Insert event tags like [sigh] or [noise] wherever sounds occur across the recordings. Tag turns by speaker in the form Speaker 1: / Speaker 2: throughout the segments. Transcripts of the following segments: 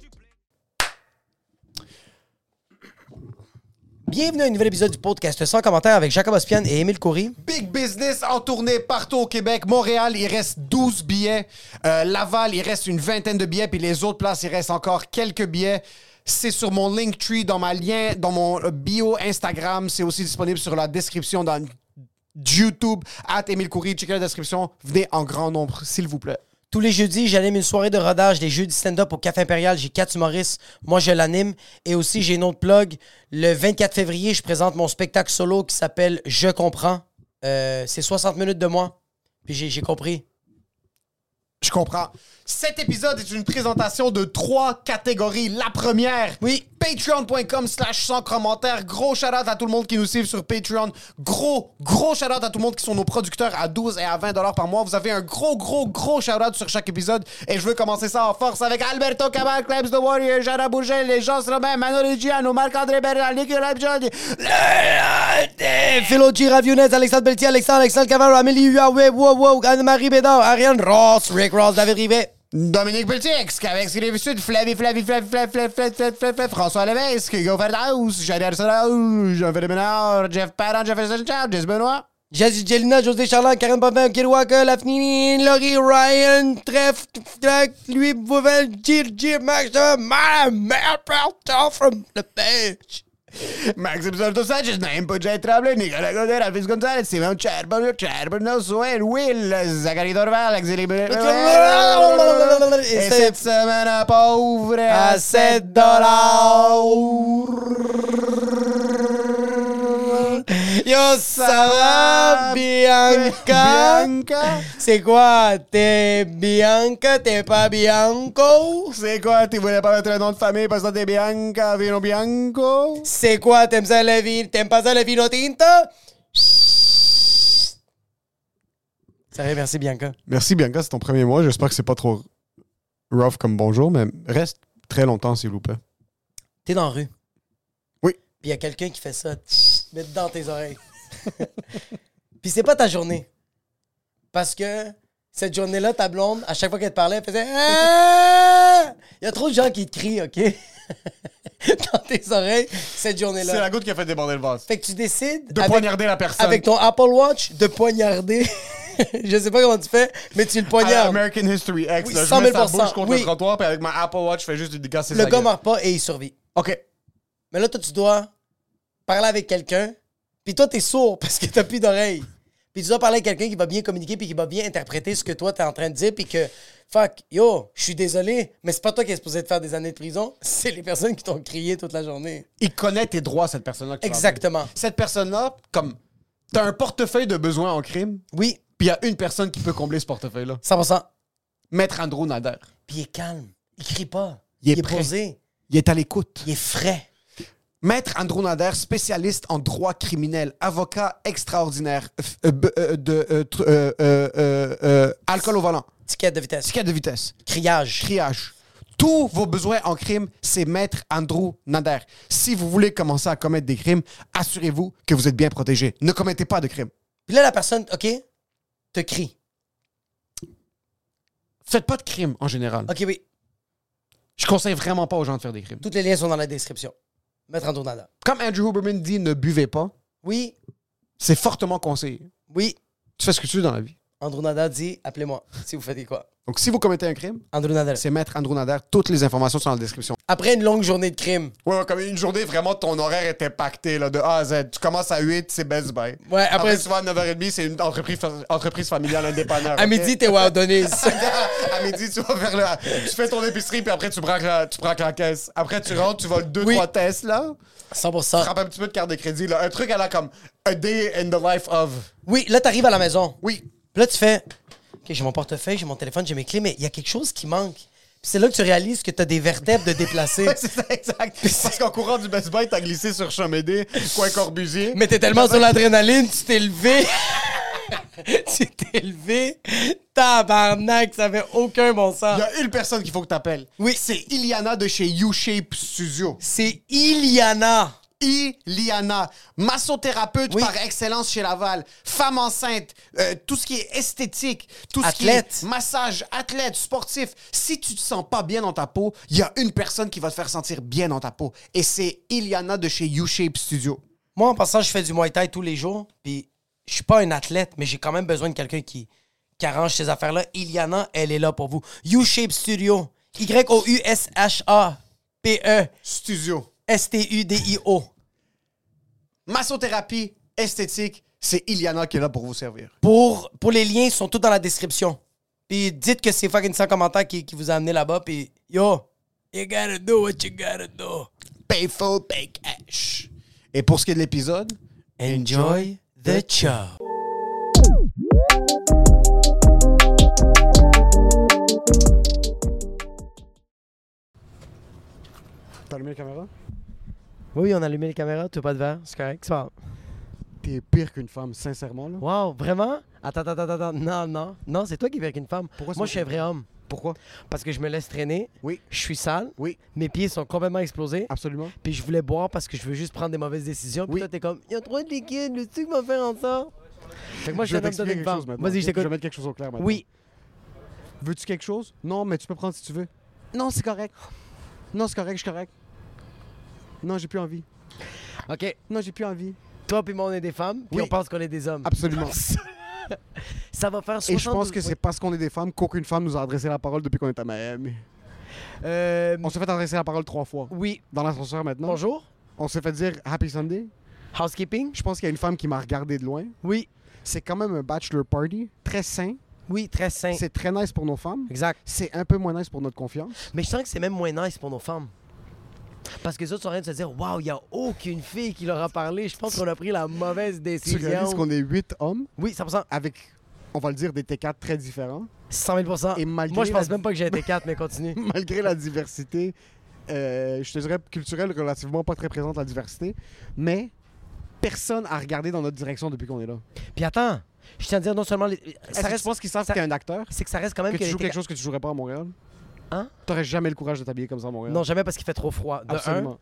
Speaker 1: du blé.
Speaker 2: Bienvenue à un nouvel épisode du podcast sans commentaire avec Jacob Ospian et Émile Coury.
Speaker 3: Big business en tournée partout au Québec. Montréal, il reste 12 billets. Euh, Laval, il reste une vingtaine de billets. Puis les autres places, il reste encore quelques billets. C'est sur mon Linktree, dans ma lien, dans mon euh, bio Instagram. C'est aussi disponible sur la description dans YouTube. At Émile Coury, checkez la description. Venez en grand nombre, s'il vous plaît.
Speaker 2: Tous les jeudis, j'anime une soirée de rodage des jeux du stand-up au Café Impérial. J'ai quatre humoristes. Moi, je l'anime. Et aussi, j'ai une autre plug. Le 24 février, je présente mon spectacle solo qui s'appelle Je comprends. Euh, c'est 60 minutes de moi. Puis j'ai- j'ai compris.
Speaker 3: Je comprends. Cet épisode est une présentation de trois catégories. La première,
Speaker 2: Oui.
Speaker 3: patreon.com slash sans commentaire. Gros shout-out à tout le monde qui nous suit sur Patreon. Gros, gros shout-out à tout le monde qui sont nos producteurs à 12 et à 20 dollars par mois. Vous avez un gros, gros, gros shout-out sur chaque épisode. Et je veux commencer ça en force avec Alberto Cabal, Clebs The Warrior, Jara Bourget, les gens Robin, Manuel Giano, Marc-André Bernard, Nicolas Bjordi,
Speaker 2: Philo G, Rav Younes, Alexandre Pelletier, Alexandre, Alexandre Cavaro, Amélie Hua, Web, Wow, Wow, Anne-Marie Bédard, Ariane Ross, Rick Ross, David Rivet.
Speaker 3: Dominique Beltix, avec ce qu'il est sud, Flavie, Flavie, Flavie, Flavie, Flavie, Flavie, Flavie, Flavie, Flavie, François Levesque, Hugo Verdhouse, Javier Soraou, Jean-Philippe Ménard, Jeff Parent, Jefferson Charles, Jess Benoît.
Speaker 2: Jésus Jelina, José Charland, Karen Papin, Kirwaka, Lafnini, Laurie, Ryan, Treff, Flack, Louis Bouvel, Jill, Jill, Max, Madame, Perton from the bench.
Speaker 3: Maxime Solto Sanchez, Naïm Pojet Tremblay, Nicolas Godet, Alphys Gonzalez, Simon Charbonneau, Charbonneau, Soel, Will, Zachary Dorval, Axel Et cette semaine, un pauvre à 7 dollars.
Speaker 2: Yo, ça va, Bianca?
Speaker 3: Bianca.
Speaker 2: C'est quoi? T'es Bianca, t'es pas Bianco?
Speaker 3: C'est quoi? Tu voulais pas mettre un nom de famille parce que t'es Bianca, Vino Bianco?
Speaker 2: C'est quoi? T'aimes ça le vin? T'aimes pas ça le vino tinta? Sérieux, merci Bianca.
Speaker 3: Merci Bianca, c'est ton premier mois. J'espère que c'est pas trop rough comme bonjour, mais reste très longtemps s'il vous plaît.
Speaker 2: T'es dans la rue.
Speaker 3: Oui.
Speaker 2: Puis il y a quelqu'un qui fait ça. Mets dans tes oreilles. [laughs] Puis c'est pas ta journée. Parce que cette journée-là, ta blonde, à chaque fois qu'elle te parlait, elle faisait Ah! Il y a trop de gens qui te crient, OK? [laughs] dans tes oreilles, cette journée-là.
Speaker 3: goutte qui a fait déborder le vase.
Speaker 2: Fait que tu décides.
Speaker 3: De
Speaker 2: avec-
Speaker 3: poignarder la personne.
Speaker 2: Avec ton Apple Watch, de poignarder. [laughs] Je sais pas comment tu fais, mais tu le
Speaker 3: À Ah, la
Speaker 2: poignardes.
Speaker 3: American History X,
Speaker 2: Oui,
Speaker 3: là, je
Speaker 2: 100
Speaker 3: mets
Speaker 2: 000
Speaker 3: sa bouche contre
Speaker 2: oui.
Speaker 3: le trottoir, puis avec ma Apple Watch, je fais juste du dégât.
Speaker 2: Le gars meurt pas et il survit.
Speaker 3: OK.
Speaker 2: Mais là, toi, tu dois parler avec quelqu'un, puis toi, t'es sourd parce que t'as plus d'oreilles. Puis tu dois parler avec quelqu'un qui va bien communiquer, puis qui va bien interpréter ce que toi, t'es en train de dire, puis que, fuck, yo, je suis désolé, mais c'est pas toi qui es supposé te faire des années de prison, [laughs] c'est les personnes qui t'ont crié toute la journée.
Speaker 3: Il connaît tes droits, cette personne-là. que tu
Speaker 2: Exactement.
Speaker 3: parles. Cette personne-là, comme, t'as un portefeuille de besoins en crime,
Speaker 2: Oui,
Speaker 3: puis il y a une personne qui peut combler ce portefeuille-là.
Speaker 2: 100%.
Speaker 3: Maître Andrew Nader.
Speaker 2: Puis il est calme, il crie pas,
Speaker 3: Il est
Speaker 2: il est
Speaker 3: prêt.
Speaker 2: posé,
Speaker 3: Il est à l'écoute.
Speaker 2: il est frais.
Speaker 3: Maître Andrew Nader, spécialiste en droit criminel, avocat extraordinaire, f- euh, b- euh, de euh, tr- euh, euh, euh, euh, alcool au volant,
Speaker 2: Ticket de vitesse,
Speaker 3: ticket de vitesse,
Speaker 2: criage.
Speaker 3: triage. Tous vos besoins en crime, c'est Maître Andrew Nader. Si vous voulez commencer à commettre des crimes, assurez-vous que vous êtes bien protégé. Ne commettez pas de crimes.
Speaker 2: Puis là, la personne, OK, te crie.
Speaker 3: Faites pas de crimes en général.
Speaker 2: OK, oui,
Speaker 3: Je conseille vraiment pas aux gens de faire des crimes.
Speaker 2: tous les liens sont dans la description. Mettre en tournada.
Speaker 3: Comme Andrew Huberman dit, ne buvez pas.
Speaker 2: Oui,
Speaker 3: C'est fortement conseillé.
Speaker 2: oui,
Speaker 3: Tu fais ce que tu veux dans la vie.
Speaker 2: Andrew Nada dit appelez-moi si vous faites des quoi.
Speaker 3: Donc, si vous commettez un crime,
Speaker 2: Andrew Nada.
Speaker 3: c'est Maître Andrew Nader. Toutes les informations sont dans la description.
Speaker 2: Après une longue journée de crime.
Speaker 3: Ouais, ouais, comme une journée, vraiment, ton horaire était pacté, là, de A à Z. Tu commences à 8, c'est Best Buy.
Speaker 2: Ouais, après-
Speaker 3: souvent, à 9h30, c'est une entreprise, fa- entreprise familiale indépendante.
Speaker 2: À midi, t'es wow, Donis.
Speaker 3: [laughs] à midi, tu vas faire la... Tu fais ton épicerie, puis après, tu braques la, tu braques la caisse. Après, tu rentres, tu voles deux,
Speaker 2: Oui.
Speaker 3: trois tests, là.
Speaker 2: 100%.
Speaker 3: Frappe un petit peu de carte de crédit, là. Un truc à la comme A Day in the Life of.
Speaker 2: Oui, là, t'arrives à la maison.
Speaker 3: Oui.
Speaker 2: Puis là, tu fais OK, j'ai mon portefeuille, j'ai mon téléphone, j'ai mes clés, mais il y a quelque chose qui manque. Puis c'est là que tu réalises que t'as des vertèbres de déplacer.
Speaker 3: Ouais, c'est ça, exact. [laughs] Parce qu'en courant du Best Buy, t'as glissé sur Chamédé, coin Corbusier.
Speaker 2: [laughs] Mais t'es tellement sur l'adrénaline, tu t'es levé. tu t'es levé. Tabarnak, ça avait aucun bon sens.
Speaker 4: Il y a une personne qu'il faut que t'appelles.
Speaker 2: Oui.
Speaker 4: C'est Iliana de chez U-Shape Studio.
Speaker 2: C'est Iliana.
Speaker 4: Iliana, massothérapeute
Speaker 2: Oui.
Speaker 4: par excellence chez Laval, femme enceinte, euh, tout ce qui est esthétique, tout
Speaker 2: Athlète.
Speaker 4: ce qui est massage, athlète, sportif. Si tu te sens pas bien dans ta peau, il y a une personne qui va te faire sentir bien dans ta peau. Et c'est Iliana de chez U-Shape Studio.
Speaker 2: Moi, en passant, je fais du Muay Thai tous les jours, puis je suis pas un athlète, mais j'ai quand même besoin de quelqu'un qui, qui arrange ces affaires-là. Iliana, elle est là pour vous. U-Shape Studio. Y-O-U-S-H-A-P-E-S-T-U-D-I-O.
Speaker 4: Studio. Massothérapie, esthétique, c'est Iliana qui est là pour vous servir.
Speaker 2: Pour, pour les liens, ils sont tous dans la description. Puis dites que c'est fucking sans commentaire qui, qui vous a amené là-bas, puis yo, you gotta do what you gotta do.
Speaker 4: Pay full, pay cash. Et pour ce qui est de l'épisode,
Speaker 2: Enjoy the chop.
Speaker 4: T'as allumé la caméra?
Speaker 2: Oui, on a allumé les caméras, tu pas de verre, c'est correct, c'est pas
Speaker 4: T'es pire qu'une femme, sincèrement. Là.
Speaker 2: Wow, vraiment? Attends, attends, attends, attends. Non, non. Non, c'est toi qui vis avec une femme.
Speaker 4: Pourquoi c'est
Speaker 2: Moi,
Speaker 4: moi
Speaker 2: je suis un vrai homme.
Speaker 4: Pourquoi?
Speaker 2: Parce que je me laisse traîner.
Speaker 4: Oui.
Speaker 2: Je suis sale.
Speaker 4: Oui,
Speaker 2: Mes pieds sont complètement explosés.
Speaker 4: absolument.
Speaker 2: Puis je voulais boire parce que je veux juste prendre des mauvaises décisions. Puis
Speaker 4: Oui.
Speaker 2: toi, t'es comme, il y a trop de liquide, le truc va faire en sorte. Fait que moi, je suis un homme, toi, t'es une femme. Vas-y, je t'écoute.
Speaker 4: mettre quelque chose au clair maintenant.
Speaker 2: Oui.
Speaker 4: Veux-tu quelque chose? Non, mais tu peux prendre si tu veux. Non, c'est correct. Non, c'est correct, je suis correct. Non, j'ai plus envie.
Speaker 2: OK.
Speaker 4: Non, j'ai plus envie.
Speaker 2: Toi puis moi, on est des femmes. Puis
Speaker 4: Oui.
Speaker 2: on pense qu'on est des hommes.
Speaker 4: Absolument.
Speaker 2: Ça va faire 72...
Speaker 4: Et je pense que c'est parce qu'on est des femmes qu'aucune femme nous a adressé la parole depuis qu'on est à Miami.
Speaker 2: Euh,
Speaker 4: On s'est fait adresser la parole trois fois.
Speaker 2: Oui.
Speaker 4: Dans l'ascenseur maintenant.
Speaker 2: Bonjour.
Speaker 4: On s'est fait dire Happy Sunday.
Speaker 2: Housekeeping.
Speaker 4: Je pense qu'il y a une femme qui m'a regardé de loin.
Speaker 2: Oui.
Speaker 4: C'est quand même un bachelor party, très sain.
Speaker 2: Oui, très sain.
Speaker 4: C'est très nice pour nos femmes.
Speaker 2: Exact.
Speaker 4: C'est un peu moins nice pour notre confiance.
Speaker 2: Mais je sens que c'est même moins nice pour nos femmes. Parce que les autres sont en train de se dire Waouh, il n'y a aucune fille qui leur a parlé. Je pense qu'on a pris la mauvaise
Speaker 4: Tu réalises
Speaker 2: décision.
Speaker 4: qu'on est huit hommes
Speaker 2: Oui, 100
Speaker 4: avec, on va le dire, des T4 très différents. [laughs]
Speaker 2: 100 000
Speaker 4: Et malgré
Speaker 2: Moi, je pense
Speaker 4: la-
Speaker 2: même pas que j'ai été 4, mais
Speaker 4: [laughs]
Speaker 2: continue.
Speaker 4: malgré la diversité, euh, je te dirais culturelle relativement pas très présente la diversité, mais personne a regardé dans notre direction depuis qu'on est là.
Speaker 2: Puis attends, je tiens à dire non seulement. les-
Speaker 4: Ça
Speaker 2: Ça
Speaker 4: reste...
Speaker 2: reste...
Speaker 4: Tu penses qu'ils savent
Speaker 2: ça-
Speaker 4: que t'es un acteur,
Speaker 2: C'est que ça reste quand même
Speaker 4: que
Speaker 2: que
Speaker 4: tu
Speaker 2: les
Speaker 4: joues
Speaker 2: T4
Speaker 4: quelque chose que tu jouerais pas à Montréal?
Speaker 2: Hein?
Speaker 4: T'aurais jamais le courage de t'habiller comme ça à Montréal.
Speaker 2: Non, jamais parce qu'il fait trop froid. De
Speaker 4: absolument.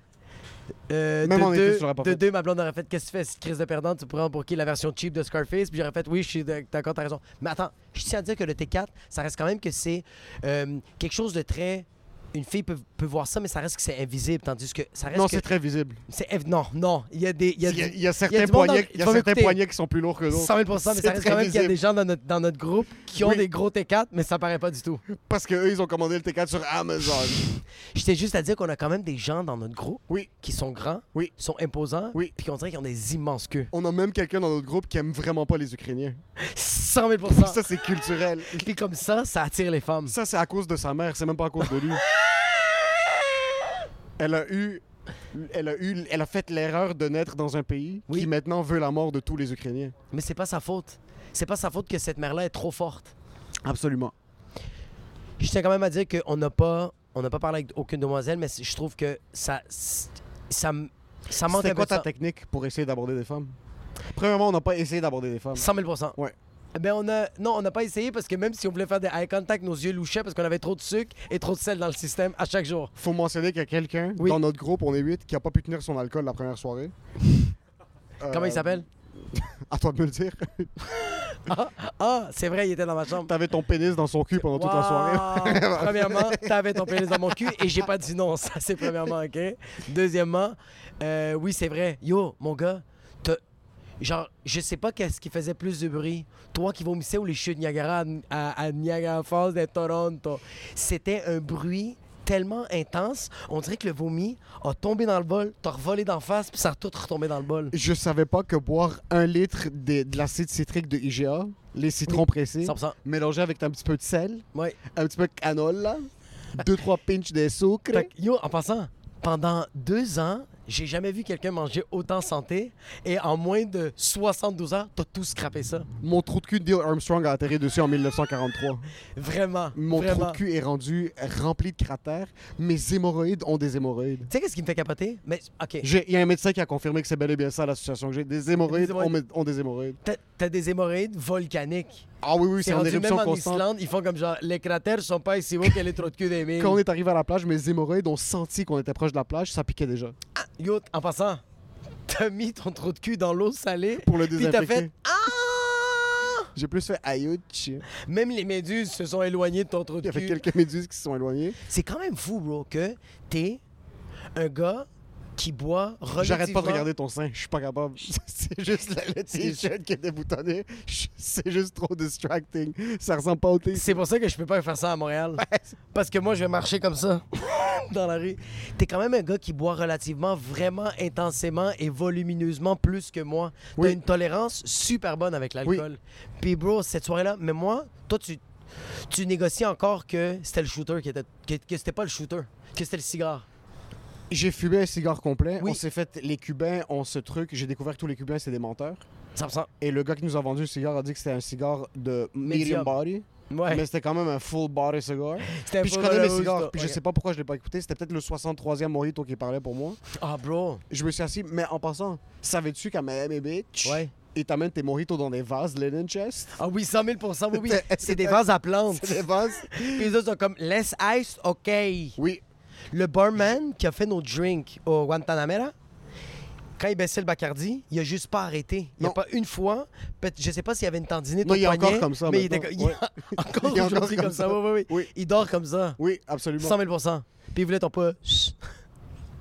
Speaker 2: un. euh,
Speaker 4: Même
Speaker 2: de
Speaker 4: en été,
Speaker 2: deux,
Speaker 4: tu l'aurais pas
Speaker 2: de
Speaker 4: fait.
Speaker 2: deux, ma blonde aurait fait Qu'est-ce que tu fais, cette crise de perdante Tu pourrais embarquer la version cheap de Scarface. Puis j'aurais fait Oui, je suis d'ac- d'accord, t'as raison. Mais attends, je tiens à dire que le T4, ça reste quand même que c'est euh, quelque chose de très. Une fille peut, peut voir ça, mais ça reste que c'est invisible. Tandis que ça reste
Speaker 4: Non,
Speaker 2: que.
Speaker 4: c'est très visible.
Speaker 2: c'est inv- Non, non. Il y a des. il y a
Speaker 4: Il y a,
Speaker 2: du-
Speaker 4: il y a certains,
Speaker 2: du monde dans-
Speaker 4: poignets, il y
Speaker 2: tu vas
Speaker 4: a certains
Speaker 2: m'écouter.
Speaker 4: poignets qui sont plus lourds que d'autres.
Speaker 2: 100 000 mais
Speaker 4: C'est
Speaker 2: ça reste
Speaker 4: très
Speaker 2: quand même qu'il y a des
Speaker 4: visible.
Speaker 2: gens dans notre, dans notre groupe qui ont
Speaker 4: Oui.
Speaker 2: des gros T4, mais ça paraît pas du tout.
Speaker 4: Parce que eux, ils ont commandé le T4 sur Amazon.
Speaker 2: [laughs] J'étais juste à dire qu'on a quand même des gens dans notre groupe
Speaker 4: oui.
Speaker 2: qui sont grands,
Speaker 4: Oui.
Speaker 2: sont imposants,
Speaker 4: Oui.
Speaker 2: puis qu'on dirait qu'ils ont des immenses queues.
Speaker 4: On a même quelqu'un dans notre groupe qui aime vraiment pas les Ukrainiens.
Speaker 2: 100 000
Speaker 4: Ça, c'est culturel.
Speaker 2: Puis comme ça, ça attire les femmes.
Speaker 4: Ça, c'est à cause de sa mère, c'est même pas à cause de lui. elle a eu. Elle a, eu, elle a fait l'erreur de naître dans un pays
Speaker 2: Oui.
Speaker 4: qui maintenant veut la mort de tous les Ukrainiens.
Speaker 2: Mais c'est pas sa faute. C'est pas sa faute que cette mère-là est trop forte.
Speaker 4: Absolument.
Speaker 2: Je tiens quand même à dire qu'on n'a pas, on n'a pas parlé avec aucune demoiselle, mais je trouve que ça, ça, m- ça manque un
Speaker 4: C'était
Speaker 2: peu
Speaker 4: quoi
Speaker 2: de
Speaker 4: ta
Speaker 2: sang-
Speaker 4: technique pour essayer d'aborder des femmes? Premièrement, on n'a pas essayé d'aborder des femmes.
Speaker 2: 100 000
Speaker 4: Ouais.
Speaker 2: Ben on a, non, on n'a pas essayé parce que même si on voulait faire des eye contact, nos yeux louchaient parce qu'on avait trop de sucre et trop de sel dans le système à chaque jour.
Speaker 4: Faut mentionner qu'il y a quelqu'un
Speaker 2: Oui.
Speaker 4: dans notre groupe, on est huit, qui a pas pu tenir son alcool la première soirée. Euh,
Speaker 2: Comment il s'appelle?
Speaker 4: À toi de me le dire.
Speaker 2: Ah, c'est vrai, il était dans ma chambre.
Speaker 4: T'avais ton pénis dans son cul pendant toute la soirée.
Speaker 2: Wow! [laughs]
Speaker 4: [laughs]
Speaker 2: premièrement, t'avais ton pénis dans mon cul et j'ai pas dit non. [laughs] Ça, c'est premièrement, OK? Deuxièmement, euh, oui, c'est vrai. Yo, mon gars, t'as- genre, je sais pas qu'est-ce qui faisait plus de bruit. Toi qui vomissais ou les chutes Niagara à, à- à Niagara Falls de Toronto. C'était un bruit tellement intense, on dirait que le vomi a tombé dans le bol, t'as revolé d'en face, puis ça a tout retombé dans le bol.
Speaker 4: Je savais pas que boire un litre de, de l'acide citrique de IGA, les citrons pressés,
Speaker 2: 100%.
Speaker 4: mélangé avec un petit peu de sel,
Speaker 2: Ouais.
Speaker 4: un petit peu de canola, deux trois pinches de sucre.
Speaker 2: Fait que, yo, en passant, pendant deux ans, J'ai jamais vu quelqu'un manger autant santé et en moins de 72 heures, t'as tout scrappé ça.
Speaker 4: Mon trou de cul de Neil Armstrong a atterri dessus en 1943.
Speaker 2: Vraiment.
Speaker 4: Mon trou
Speaker 2: vraiment.
Speaker 4: de cul est rendu rempli de cratères. Mes hémorroïdes ont des hémorroïdes.
Speaker 2: Tu sais qu'est-ce qui me fait capoter? Mais, OK.
Speaker 4: J'ai- Il y a un médecin qui a confirmé que c'est bel et bien ça l'association que j'ai. Des hémorroïdes
Speaker 2: Des
Speaker 4: ont,
Speaker 2: hémorroïdes.
Speaker 4: ont des hémorroïdes.
Speaker 2: T'as- T'as des hémorroïdes volcaniques.
Speaker 4: Ah oui, oui,
Speaker 2: C'est
Speaker 4: c'est en
Speaker 2: rendu même
Speaker 4: éruption
Speaker 2: en
Speaker 4: constante.
Speaker 2: Islande, ils font comme genre, les cratères sont pas si hauts que les trous de cul des mines.
Speaker 4: Quand on est arrivé à la plage, mes hémorroïdes ont senti qu'on était proche de la plage, ça piquait déjà.
Speaker 2: Ah, yo, en passant, t'as mis ton trou de cul dans l'eau salée.
Speaker 4: Pour le
Speaker 2: Puis t'as fait
Speaker 4: désinfecter.
Speaker 2: Ah!
Speaker 4: J'ai plus fait aïouch.
Speaker 2: Même les méduses se sont éloignées de ton trou
Speaker 4: Il y
Speaker 2: de
Speaker 4: avait
Speaker 2: cul.
Speaker 4: quelques méduses qui se sont éloignées.
Speaker 2: C'est quand même fou, bro, que t'es un gars qui boit relativement...
Speaker 4: J'arrête pas de regarder ton sein, je suis pas capable. [laughs] C'est juste la- le t-shirt qui est déboutonné. Je- C'est juste trop distracting. Ça ressemble pas au thé.
Speaker 2: C'est pour ça que je peux pas faire ça à Montréal. Parce que moi, je vais marcher comme ça [laughs] dans la rue. T'es quand même un gars qui boit relativement, vraiment intensément et volumineusement plus que moi. T'as
Speaker 4: Oui.
Speaker 2: une tolérance super bonne avec l'alcool. Puis, bro, cette soirée-là, mais moi, toi, tu, tu négocies encore que c'était le shooter qui était. que, que c'était pas le shooter, que c'était le cigare.
Speaker 4: J'ai fumé un cigare complet.
Speaker 2: Oui.
Speaker 4: On s'est fait les Cubains ont ce truc. J'ai découvert que tous les Cubains c'est des menteurs.
Speaker 2: Ça me semble.
Speaker 4: Et le gars qui nous a vendu le cigare a dit que c'était un cigare de
Speaker 2: Medium.
Speaker 4: medium body,
Speaker 2: Ouais.
Speaker 4: mais c'était quand même un full body [laughs] cigar.
Speaker 2: C'était un
Speaker 4: Puis je
Speaker 2: peu
Speaker 4: connais
Speaker 2: dans
Speaker 4: mes
Speaker 2: la housse,
Speaker 4: cigares,
Speaker 2: toi.
Speaker 4: puis
Speaker 2: Ok.
Speaker 4: je sais pas pourquoi je l'ai pas écouté. C'était peut-être le 63e Morito qui parlait pour moi.
Speaker 2: Ah, bro.
Speaker 4: Je me suis assis, mais en passant, savais-tu qu'à Miami Beach,
Speaker 2: Ouais.
Speaker 4: ils t'amènent tes mojitos dans des vases linen chest? [laughs]
Speaker 2: Ah oui, 100 000 oui, oui.
Speaker 4: C'était-
Speaker 2: C'est des vases à plantes.
Speaker 4: C'est des vases?
Speaker 2: Puis les autres sont comme, less ice, OK.
Speaker 4: Oui.
Speaker 2: Le barman qui a fait nos drinks au Guantanamera, quand il baissait le Bacardi, il a juste pas arrêté. Il n'y a
Speaker 4: Non.
Speaker 2: pas une fois, peut- je sais pas s'il y avait une tendinite
Speaker 4: Non,
Speaker 2: au
Speaker 4: il est
Speaker 2: poignet,
Speaker 4: encore comme ça
Speaker 2: mais il était
Speaker 4: maintenant.
Speaker 2: co- il est [laughs] encore
Speaker 4: Il est encore
Speaker 2: aujourd'hui comme,
Speaker 4: comme
Speaker 2: ça.
Speaker 4: ça.
Speaker 2: Oui, oui, oui.
Speaker 4: Oui.
Speaker 2: Il dort comme ça,
Speaker 4: Oui, absolument.
Speaker 2: 100 000 Puis il voulait ton pas. Chut.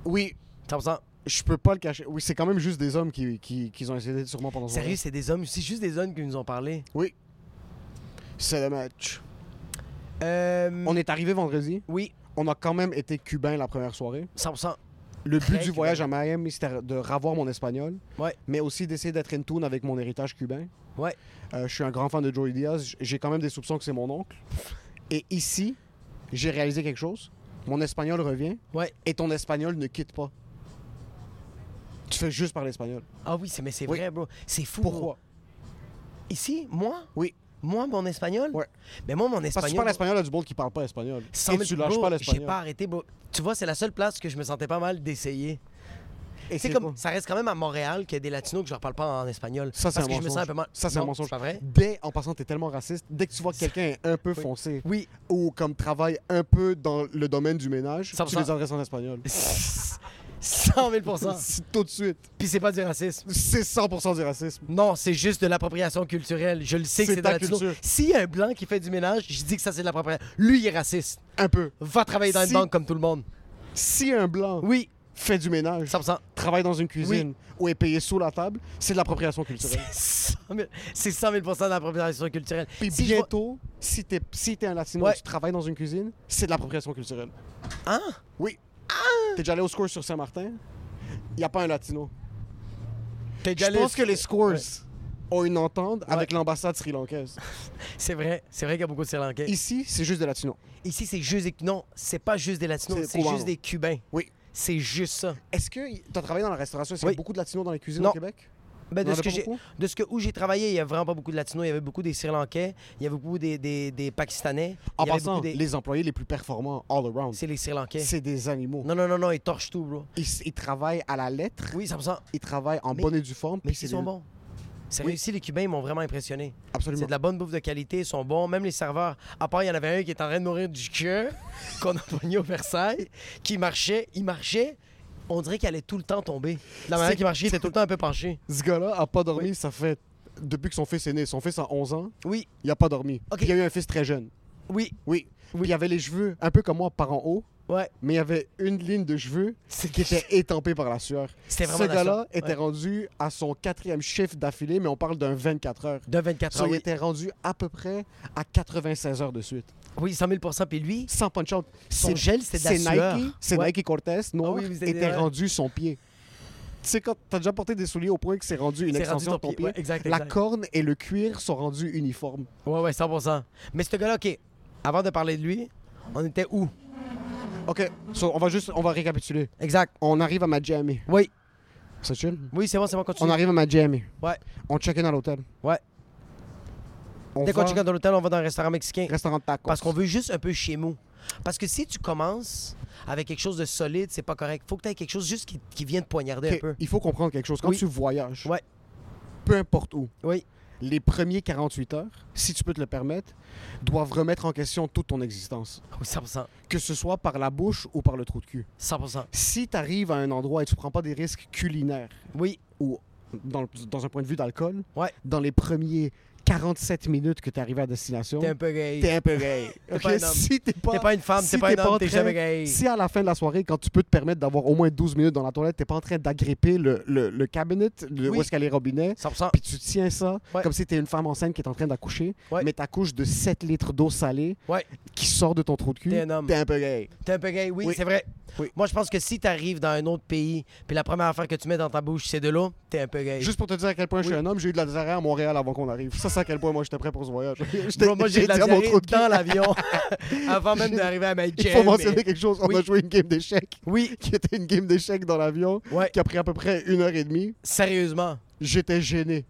Speaker 4: Oui,
Speaker 2: 100
Speaker 4: je peux pas le cacher. Oui, c'est quand même juste des hommes qui, qui, qui ont essayé sur moi pendant ce
Speaker 2: Sérieux, c'est des hommes, c'est juste des hommes qui nous ont parlé.
Speaker 4: Oui. C'est le match.
Speaker 2: Euh,
Speaker 4: On est arrivé vendredi.
Speaker 2: Oui,
Speaker 4: On a quand même été cubain la première soirée.
Speaker 2: 100
Speaker 4: Le but
Speaker 2: Très
Speaker 4: du
Speaker 2: cubain.
Speaker 4: voyage à Miami, c'était de revoir mon espagnol,
Speaker 2: Ouais,
Speaker 4: mais aussi d'essayer d'être in tune avec mon héritage cubain.
Speaker 2: ouais.
Speaker 4: Euh, je suis un grand fan de Joey Diaz. J- J'ai quand même des soupçons que c'est mon oncle. Et ici, j'ai réalisé quelque chose. Mon espagnol revient
Speaker 2: Ouais.
Speaker 4: et ton espagnol ne quitte pas. Tu fais juste parler espagnol.
Speaker 2: Ah oui, c'est- mais c'est
Speaker 4: Oui.
Speaker 2: vrai, bro. C'est fou. bro.
Speaker 4: Pourquoi?
Speaker 2: Ici, moi,
Speaker 4: Oui.
Speaker 2: moi, mon espagnol.
Speaker 4: Ouais.
Speaker 2: Mais moi, mon
Speaker 4: Parce que tu
Speaker 2: espagnol.
Speaker 4: parles espagnol à du monde qui parle pas espagnol.
Speaker 2: 100 000
Speaker 4: Et tu lâches
Speaker 2: bro,
Speaker 4: pas
Speaker 2: J'ai pas
Speaker 4: l'espagnol.
Speaker 2: arrêté, bro. Tu vois, c'est la seule place que je me sentais pas mal d'essayer.
Speaker 4: Et
Speaker 2: C'est comme, ça reste quand même à Montréal qu'il y a des latinos que je leur parle pas en espagnol.
Speaker 4: Ça,
Speaker 2: parce
Speaker 4: c'est
Speaker 2: que je
Speaker 4: un
Speaker 2: me
Speaker 4: mensonge.
Speaker 2: sens un peu mal.
Speaker 4: Ça, c'est un
Speaker 2: Non,
Speaker 4: mensonge.
Speaker 2: C'est pas vrai? [laughs]
Speaker 4: Dès, en passant, t'es tellement raciste. Dès que tu vois que quelqu'un est un peu foncé
Speaker 2: Oui.
Speaker 4: ou comme travaille un peu dans le domaine du ménage,
Speaker 2: 100%.
Speaker 4: tu les adresses en espagnol.
Speaker 2: 100 000
Speaker 4: [laughs] C'est Tout de suite.
Speaker 2: Puis c'est pas du racisme.
Speaker 4: C'est 100% du racisme.
Speaker 2: Non, c'est juste de l'appropriation culturelle. Je le sais que
Speaker 4: C'est
Speaker 2: c'est de
Speaker 4: ta
Speaker 2: latino.
Speaker 4: culture.
Speaker 2: S'il y a un blanc qui fait du ménage, je dis que ça, c'est de l'appropriation. Lui, il est raciste.
Speaker 4: Un peu.
Speaker 2: Va travailler dans
Speaker 4: Si-
Speaker 2: une banque comme tout le monde.
Speaker 4: Si un blanc
Speaker 2: Oui,
Speaker 4: fait du ménage,
Speaker 2: 100
Speaker 4: travaille dans une cuisine ou est payé sous la table, c'est de l'appropriation culturelle.
Speaker 2: C'est 100 000 c'est 100 000 de l'appropriation culturelle.
Speaker 4: Puis
Speaker 2: Si je vois-
Speaker 4: bientôt, si t'es si t'es un latino
Speaker 2: Ouais.
Speaker 4: et tu travailles dans une cuisine, c'est de l'appropriation culturelle.
Speaker 2: Hein? Ah!
Speaker 4: Oui. T'es déjà allé au score sur Saint-Martin? Il a pas un latino.
Speaker 2: T'es déjà
Speaker 4: Je
Speaker 2: allé-
Speaker 4: pense que les scores ont une entente avec l'ambassade sri-lankaise.
Speaker 2: C'est vrai, c'est vrai qu'il y a beaucoup de Sri Lankais.
Speaker 4: Ici, c'est juste des latinos.
Speaker 2: Ici, c'est juste des... Non, c'est pas juste des Latinos,
Speaker 4: C'est
Speaker 2: c'est
Speaker 4: cubano.
Speaker 2: juste des Cubains.
Speaker 4: Oui.
Speaker 2: C'est juste ça.
Speaker 4: Est-ce que y- t'as travaillé dans la restauration? Est-ce qu'il y
Speaker 2: Oui.
Speaker 4: a beaucoup de latinos dans les cuisines
Speaker 2: Non.
Speaker 4: au Québec?
Speaker 2: Ben,
Speaker 4: Il y en
Speaker 2: de, ce
Speaker 4: avait
Speaker 2: que
Speaker 4: pas
Speaker 2: j'ai-
Speaker 4: beaucoup?
Speaker 2: de ce que où j'ai travaillé, il y a vraiment pas beaucoup de Latinos. Il y avait beaucoup des Sri Lankais, il y avait beaucoup des, des, des Pakistanais.
Speaker 4: En
Speaker 2: il y avait
Speaker 4: passant,
Speaker 2: beaucoup des-
Speaker 4: les employés les plus performants all around,
Speaker 2: C'est les Sri Lankais.
Speaker 4: c'est des animaux.
Speaker 2: Non, non, non, non, ils torchent tout, bro.
Speaker 4: Ils, ils travaillent à la lettre,
Speaker 2: Oui, ça me semble.
Speaker 4: ils travaillent en
Speaker 2: Mais-
Speaker 4: bonne et due forme.
Speaker 2: Mais
Speaker 4: puis c'est
Speaker 2: ils sont
Speaker 4: des-
Speaker 2: bons. C'est réussi, les Cubains, ils m'ont vraiment impressionné.
Speaker 4: Absolument.
Speaker 2: C'est de la bonne bouffe de qualité, ils sont bons. Même les serveurs, à part, il y en avait un qui était en train de mourir du cœur, [laughs] qu'on a pogné au Versailles, qui marchait, il marchait. On dirait qu'il allait tout le temps tomber. De La manière
Speaker 4: C'est-
Speaker 2: qu'il marchait, il était tout le temps un peu penché.
Speaker 4: Ce gars-là a pas dormi, ça fait depuis que son fils est né. Son fils a 11 ans,
Speaker 2: Oui,
Speaker 4: il a pas dormi.
Speaker 2: Ok.
Speaker 4: Puis Il y a eu un fils très jeune.
Speaker 2: oui,
Speaker 4: Oui. Puis il avait les cheveux un peu comme moi par en haut,
Speaker 2: ouais.
Speaker 4: mais il y avait une ligne de cheveux
Speaker 2: C'est
Speaker 4: qui
Speaker 2: [laughs]
Speaker 4: était étampée par la sueur.
Speaker 2: C'était
Speaker 4: Ce
Speaker 2: vraiment la
Speaker 4: gars-là
Speaker 2: sueur,
Speaker 4: était
Speaker 2: ouais.
Speaker 4: rendu à son quatrième chiffre d'affilée, mais on parle d'un 24 heures.
Speaker 2: de 24
Speaker 4: Ça,
Speaker 2: heures.
Speaker 4: il
Speaker 2: Ah Oui.
Speaker 4: était rendu à peu près à 96 heures de suite.
Speaker 2: Oui, 100 000 Puis lui,
Speaker 4: Sans punch-out.
Speaker 2: Son gel, c'est de la
Speaker 4: c'est Nike,
Speaker 2: sueur.
Speaker 4: c'est
Speaker 2: Ouais.
Speaker 4: Nike Cortez, noir,
Speaker 2: Ah oui, vous avez-
Speaker 4: était
Speaker 2: ouais.
Speaker 4: rendu son pied. Tu sais, quand t'as déjà porté des souliers au point que c'est rendu une
Speaker 2: C'est rendu
Speaker 4: extension
Speaker 2: ton
Speaker 4: de ton pied,
Speaker 2: pied. Ouais, exact,
Speaker 4: la
Speaker 2: exact.
Speaker 4: corne et le cuir sont rendus uniformes.
Speaker 2: ouais, ouais, 100 Mais ce gars-là, OK, avant de parler de lui, on était où?
Speaker 4: Ok, so, on va juste, on va récapituler.
Speaker 2: Exact.
Speaker 4: On arrive à Miami.
Speaker 2: Oui.
Speaker 4: C'est chill?
Speaker 2: Oui, c'est bon, c'est bon, continue.
Speaker 4: On arrive à Miami.
Speaker 2: Ouais.
Speaker 4: On check-in à l'hôtel.
Speaker 2: Ouais.
Speaker 4: On
Speaker 2: Dès qu'on
Speaker 4: va-
Speaker 2: check dans l'hôtel, on va dans un restaurant mexicain.
Speaker 4: Restaurant de tacos.
Speaker 2: Parce qu'on veut juste un peu chez nous. Parce que si tu commences avec quelque chose de solide, c'est pas correct. Faut que tu aies quelque chose juste qui, qui vient te poignarder
Speaker 4: Ok,
Speaker 2: un peu.
Speaker 4: Il faut comprendre quelque chose. Quand
Speaker 2: Oui.
Speaker 4: tu voyages,
Speaker 2: Ouais.
Speaker 4: peu importe où,
Speaker 2: Oui.
Speaker 4: les premiers 48 heures, si tu peux te le permettre, doivent remettre en question toute ton existence.
Speaker 2: Oui, 100%.
Speaker 4: Que ce soit par la bouche ou par le trou de cul.
Speaker 2: 100%.
Speaker 4: Si tu arrives à un endroit et tu prends pas des risques culinaires
Speaker 2: Oui.
Speaker 4: ou dans, le- dans un point de vue d'alcool,
Speaker 2: Ouais.
Speaker 4: dans les premiers 47 minutes que tu arrives à destination,
Speaker 2: T'es un peu gay.
Speaker 4: t'es un peu gay.
Speaker 2: [laughs] T'es
Speaker 4: Ok,
Speaker 2: pas un homme.
Speaker 4: Si t'es pas,
Speaker 2: T'es pas une femme,
Speaker 4: si
Speaker 2: t'es pas un homme,
Speaker 4: en
Speaker 2: t'es
Speaker 4: train-
Speaker 2: jamais gay.
Speaker 4: Si à la fin de la soirée, quand tu peux te permettre d'avoir au moins 12 minutes dans la toilette, t'es pas en train d'agripper le, le, le cabinet, le,
Speaker 2: Oui.
Speaker 4: où est-ce qu'elle est robinet,
Speaker 2: 100%.
Speaker 4: puis tu tiens ça
Speaker 2: Ouais.
Speaker 4: comme si t'es une femme enceinte qui est en train d'accoucher,
Speaker 2: Ouais.
Speaker 4: mais t'accouches de 7 litres d'eau salée
Speaker 2: Ouais.
Speaker 4: qui sort de ton trou de cul.
Speaker 2: T'es un homme.
Speaker 4: T'es un peu gay.
Speaker 2: T'es un peu gay, oui,
Speaker 4: Oui.
Speaker 2: c'est vrai.
Speaker 4: Oui.
Speaker 2: Moi, je pense que si t'arrives dans un autre pays, puis la première affaire que tu mets dans ta bouche, c'est de l'eau, t'es un peu gay.
Speaker 4: Juste pour te dire à quel point je suis un homme, j'ai eu de la diarrhée à Montréal avant qu'on arrive. Ça, c'est à quel point moi j'étais prêt pour ce voyage. J'étais-
Speaker 2: Bro, [laughs] moi, j'ai de la
Speaker 4: dit à mon
Speaker 2: diarrhée
Speaker 4: trou de cul.
Speaker 2: dans l'avion
Speaker 4: [laughs]
Speaker 2: [laughs] avant même
Speaker 4: J'ai-
Speaker 2: d'arriver à ma
Speaker 4: Il
Speaker 2: gym.
Speaker 4: faut mentionner
Speaker 2: mais-
Speaker 4: quelque chose. On a
Speaker 2: Oui.
Speaker 4: joué une game d'échecs
Speaker 2: Oui,
Speaker 4: qui était une game d'échecs dans l'avion
Speaker 2: ouais,
Speaker 4: qui a pris à peu près une heure et demie.
Speaker 2: sérieusement.
Speaker 4: J'étais gêné.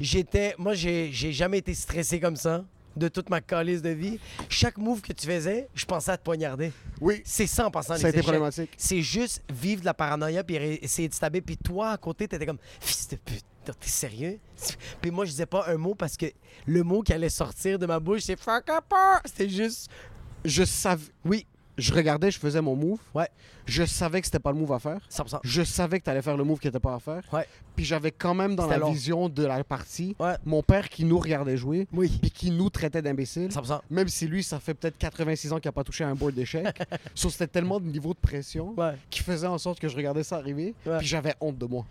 Speaker 2: J'étais. Moi, j'ai j'ai jamais été stressé comme ça de toute ma calice de vie. Chaque move que tu faisais, je pensais à te poignarder.
Speaker 4: Oui,
Speaker 2: C'est ça en passant les
Speaker 4: ça a été
Speaker 2: échecs.
Speaker 4: problématique.
Speaker 2: C'est juste vivre de la paranoïa puis ré- essayer de se taber. Puis toi, à côté, t'étais comme fils de pute. T'es sérieux? Puis moi, je disais pas un mot parce que le mot qui allait sortir de ma bouche, c'est fuck up! ah! C'était juste.
Speaker 4: Je savais. Oui, je regardais, je faisais mon move.
Speaker 2: Ouais.
Speaker 4: Je savais que c'était pas le move à faire.
Speaker 2: 100%.
Speaker 4: Je savais que t'allais faire le move qui était pas à faire.
Speaker 2: Ouais.
Speaker 4: Puis j'avais quand même dans
Speaker 2: C'était
Speaker 4: la
Speaker 2: long.
Speaker 4: vision de la partie
Speaker 2: Ouais.
Speaker 4: mon père qui nous regardait jouer,
Speaker 2: Oui.
Speaker 4: puis qui nous traitait d'imbéciles.
Speaker 2: 100%.
Speaker 4: Même si lui, ça fait peut-être 86 ans qu'il n'a pas touché à un board d'échecs.
Speaker 2: [laughs]
Speaker 4: so, c'était tellement de niveau de pression
Speaker 2: Ouais.
Speaker 4: qui faisait en sorte que je regardais ça arriver,
Speaker 2: Ouais.
Speaker 4: puis j'avais honte de moi.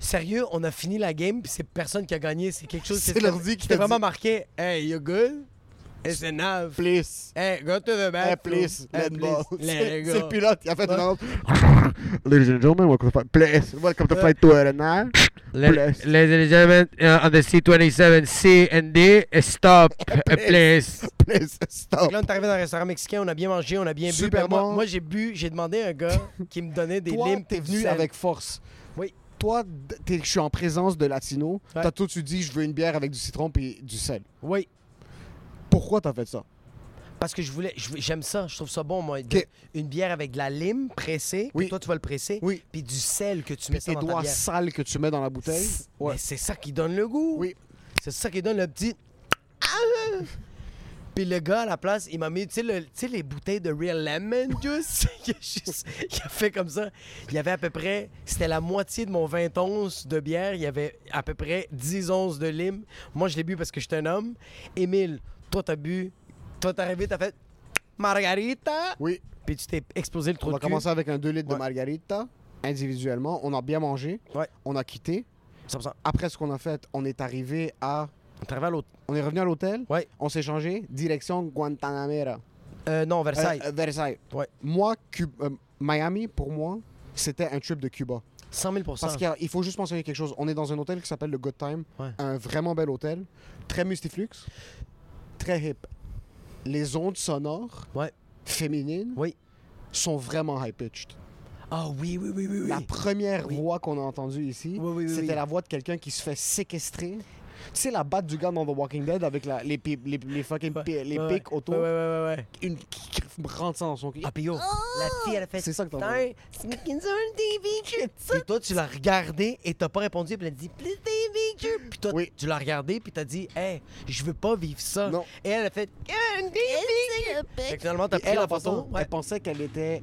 Speaker 2: Sérieux, on a fini la game, puis c'est personne qui a gagné. C'est quelque chose
Speaker 4: C'est
Speaker 2: qui
Speaker 4: l'ordi qui
Speaker 2: qui
Speaker 4: t'a
Speaker 2: t'a vraiment
Speaker 4: dit-
Speaker 2: marqué. Hey, you good? It's enough.
Speaker 4: Please.
Speaker 2: Hey, go to the bathroom.
Speaker 4: Hey, please,
Speaker 2: Hey,
Speaker 4: let go.
Speaker 2: please.
Speaker 4: [laughs] C'est
Speaker 2: Let
Speaker 4: c'est le
Speaker 2: go.
Speaker 4: pilote qui a fait une
Speaker 2: Ouais.
Speaker 4: annonce. [laughs] Ladies and gentlemen, welcome to flight. Please, welcome to flight to RNR. Please.
Speaker 5: Ladies and gentlemen, uh, on the C27, C and D, uh,
Speaker 4: [laughs]
Speaker 5: stop, uh, please.
Speaker 4: Please,
Speaker 2: Fait
Speaker 4: stop.
Speaker 2: que Là, on est arrivé dans un restaurant mexicain, on a bien mangé, on a bien bu.
Speaker 4: Super
Speaker 2: Ben, moi-
Speaker 4: bon.
Speaker 2: Moi, j'ai bu, j'ai demandé à un
Speaker 4: [laughs]
Speaker 2: gars qui me donnait des
Speaker 4: Toi,
Speaker 2: limes.
Speaker 4: t'es venu
Speaker 2: sel.
Speaker 4: avec force.
Speaker 2: Oui.
Speaker 4: Toi, d- t'es- je suis en présence de Latino.
Speaker 2: Ouais.
Speaker 4: T'as tout de suite dit, je veux une bière avec du citron et du sel.
Speaker 2: Oui,
Speaker 4: Pourquoi t'as fait ça?
Speaker 2: parce que je voulais, je voulais- j'aime ça, je trouve ça bon, moi. de-
Speaker 4: Ok.
Speaker 2: Une bière avec de la lime pressée, que
Speaker 4: Oui.
Speaker 2: toi, tu vas le presser,
Speaker 4: Oui.
Speaker 2: puis du sel que tu mets
Speaker 4: Puis
Speaker 2: ça
Speaker 4: tes
Speaker 2: dans ta
Speaker 4: doigts
Speaker 2: bière.
Speaker 4: sales que tu mets dans la bouteille.
Speaker 2: C'est-
Speaker 4: Ouais.
Speaker 2: Mais c'est ça qui donne le goût.
Speaker 4: Oui.
Speaker 2: C'est ça qui donne le petit. Ah! Puis le gars à la place, il m'a mis, tu sais, le- tu sais, les bouteilles de Real Lemon Juice. [laughs] il, a juste- il a fait comme ça. Il y avait à peu près, c'était la moitié de mon 20 onces de bière. Il y avait à peu près 10 onces de lime. Moi, je l'ai bu parce que j'étais un homme. Émile, toi, t'as bu. Toi, t'es arrivé, t'as fait Margarita.
Speaker 4: Oui.
Speaker 2: Puis tu t'es explosé le trou
Speaker 4: On
Speaker 2: de
Speaker 4: a
Speaker 2: cul.
Speaker 4: commencé avec un 2 litres
Speaker 2: Ouais.
Speaker 4: de margarita individuellement. On a bien mangé.
Speaker 2: Ouais.
Speaker 4: On a quitté.
Speaker 2: 100%.
Speaker 4: Après ce qu'on a fait, on est arrivé à.
Speaker 2: On travaille à l'autre.
Speaker 4: On est revenu à l'hôtel.
Speaker 2: Ouais.
Speaker 4: On s'est changé. Direction Guantanamera.
Speaker 2: Euh, non,
Speaker 4: Euh,
Speaker 2: Versailles.
Speaker 4: euh, Versailles.
Speaker 2: Ouais.
Speaker 4: Moi, Cu- euh, Miami, pour moi, c'était un trip de Cuba.
Speaker 2: 100 000
Speaker 4: euh, Parce qu'il y a- il faut juste mentionner quelque chose. On est dans un hôtel qui s'appelle le Good Time.
Speaker 2: Ouais.
Speaker 4: Un vraiment bel hôtel. Très mustiflux. Très hip. Les ondes sonores
Speaker 2: Ouais.
Speaker 4: féminines
Speaker 2: Oui.
Speaker 4: sont vraiment high-pitched.
Speaker 2: Ah oui, oui, oui, oui. oui.
Speaker 4: La première
Speaker 2: Oui.
Speaker 4: voix qu'on a entendue ici,
Speaker 2: Oui, oui, oui,
Speaker 4: c'était
Speaker 2: oui.
Speaker 4: la voix de quelqu'un qui se fait séquestrer. Tu sais, la batte du gars dans The Walking Dead avec la- les, pi- les, les fucking
Speaker 2: Ouais,
Speaker 4: pi- les
Speaker 2: ouais,
Speaker 4: pics autour,
Speaker 2: Ouais, ouais, ouais, ouais. ouais.
Speaker 4: une qui rentre ça dans son cul.
Speaker 2: Ah, puis yo, la fille, elle a fait.
Speaker 4: C'est ça que t'as
Speaker 2: Putain, Sneaking Zone TV Trip. Puis toi, tu l'as regardé et t'as pas répondu. Puis elle a dit, Please TV Trip. Puis toi,
Speaker 4: Oui.
Speaker 2: tu l'as regardé. Puis t'as dit, Hey, je veux pas vivre ça.
Speaker 4: Non.
Speaker 2: Et elle a fait, Zone TV Trip. Fait que finalement, t'as
Speaker 4: Puis
Speaker 2: pris
Speaker 4: elle,
Speaker 2: la
Speaker 4: en passant,
Speaker 2: photo. Ouais.
Speaker 4: elle pensait qu'elle était.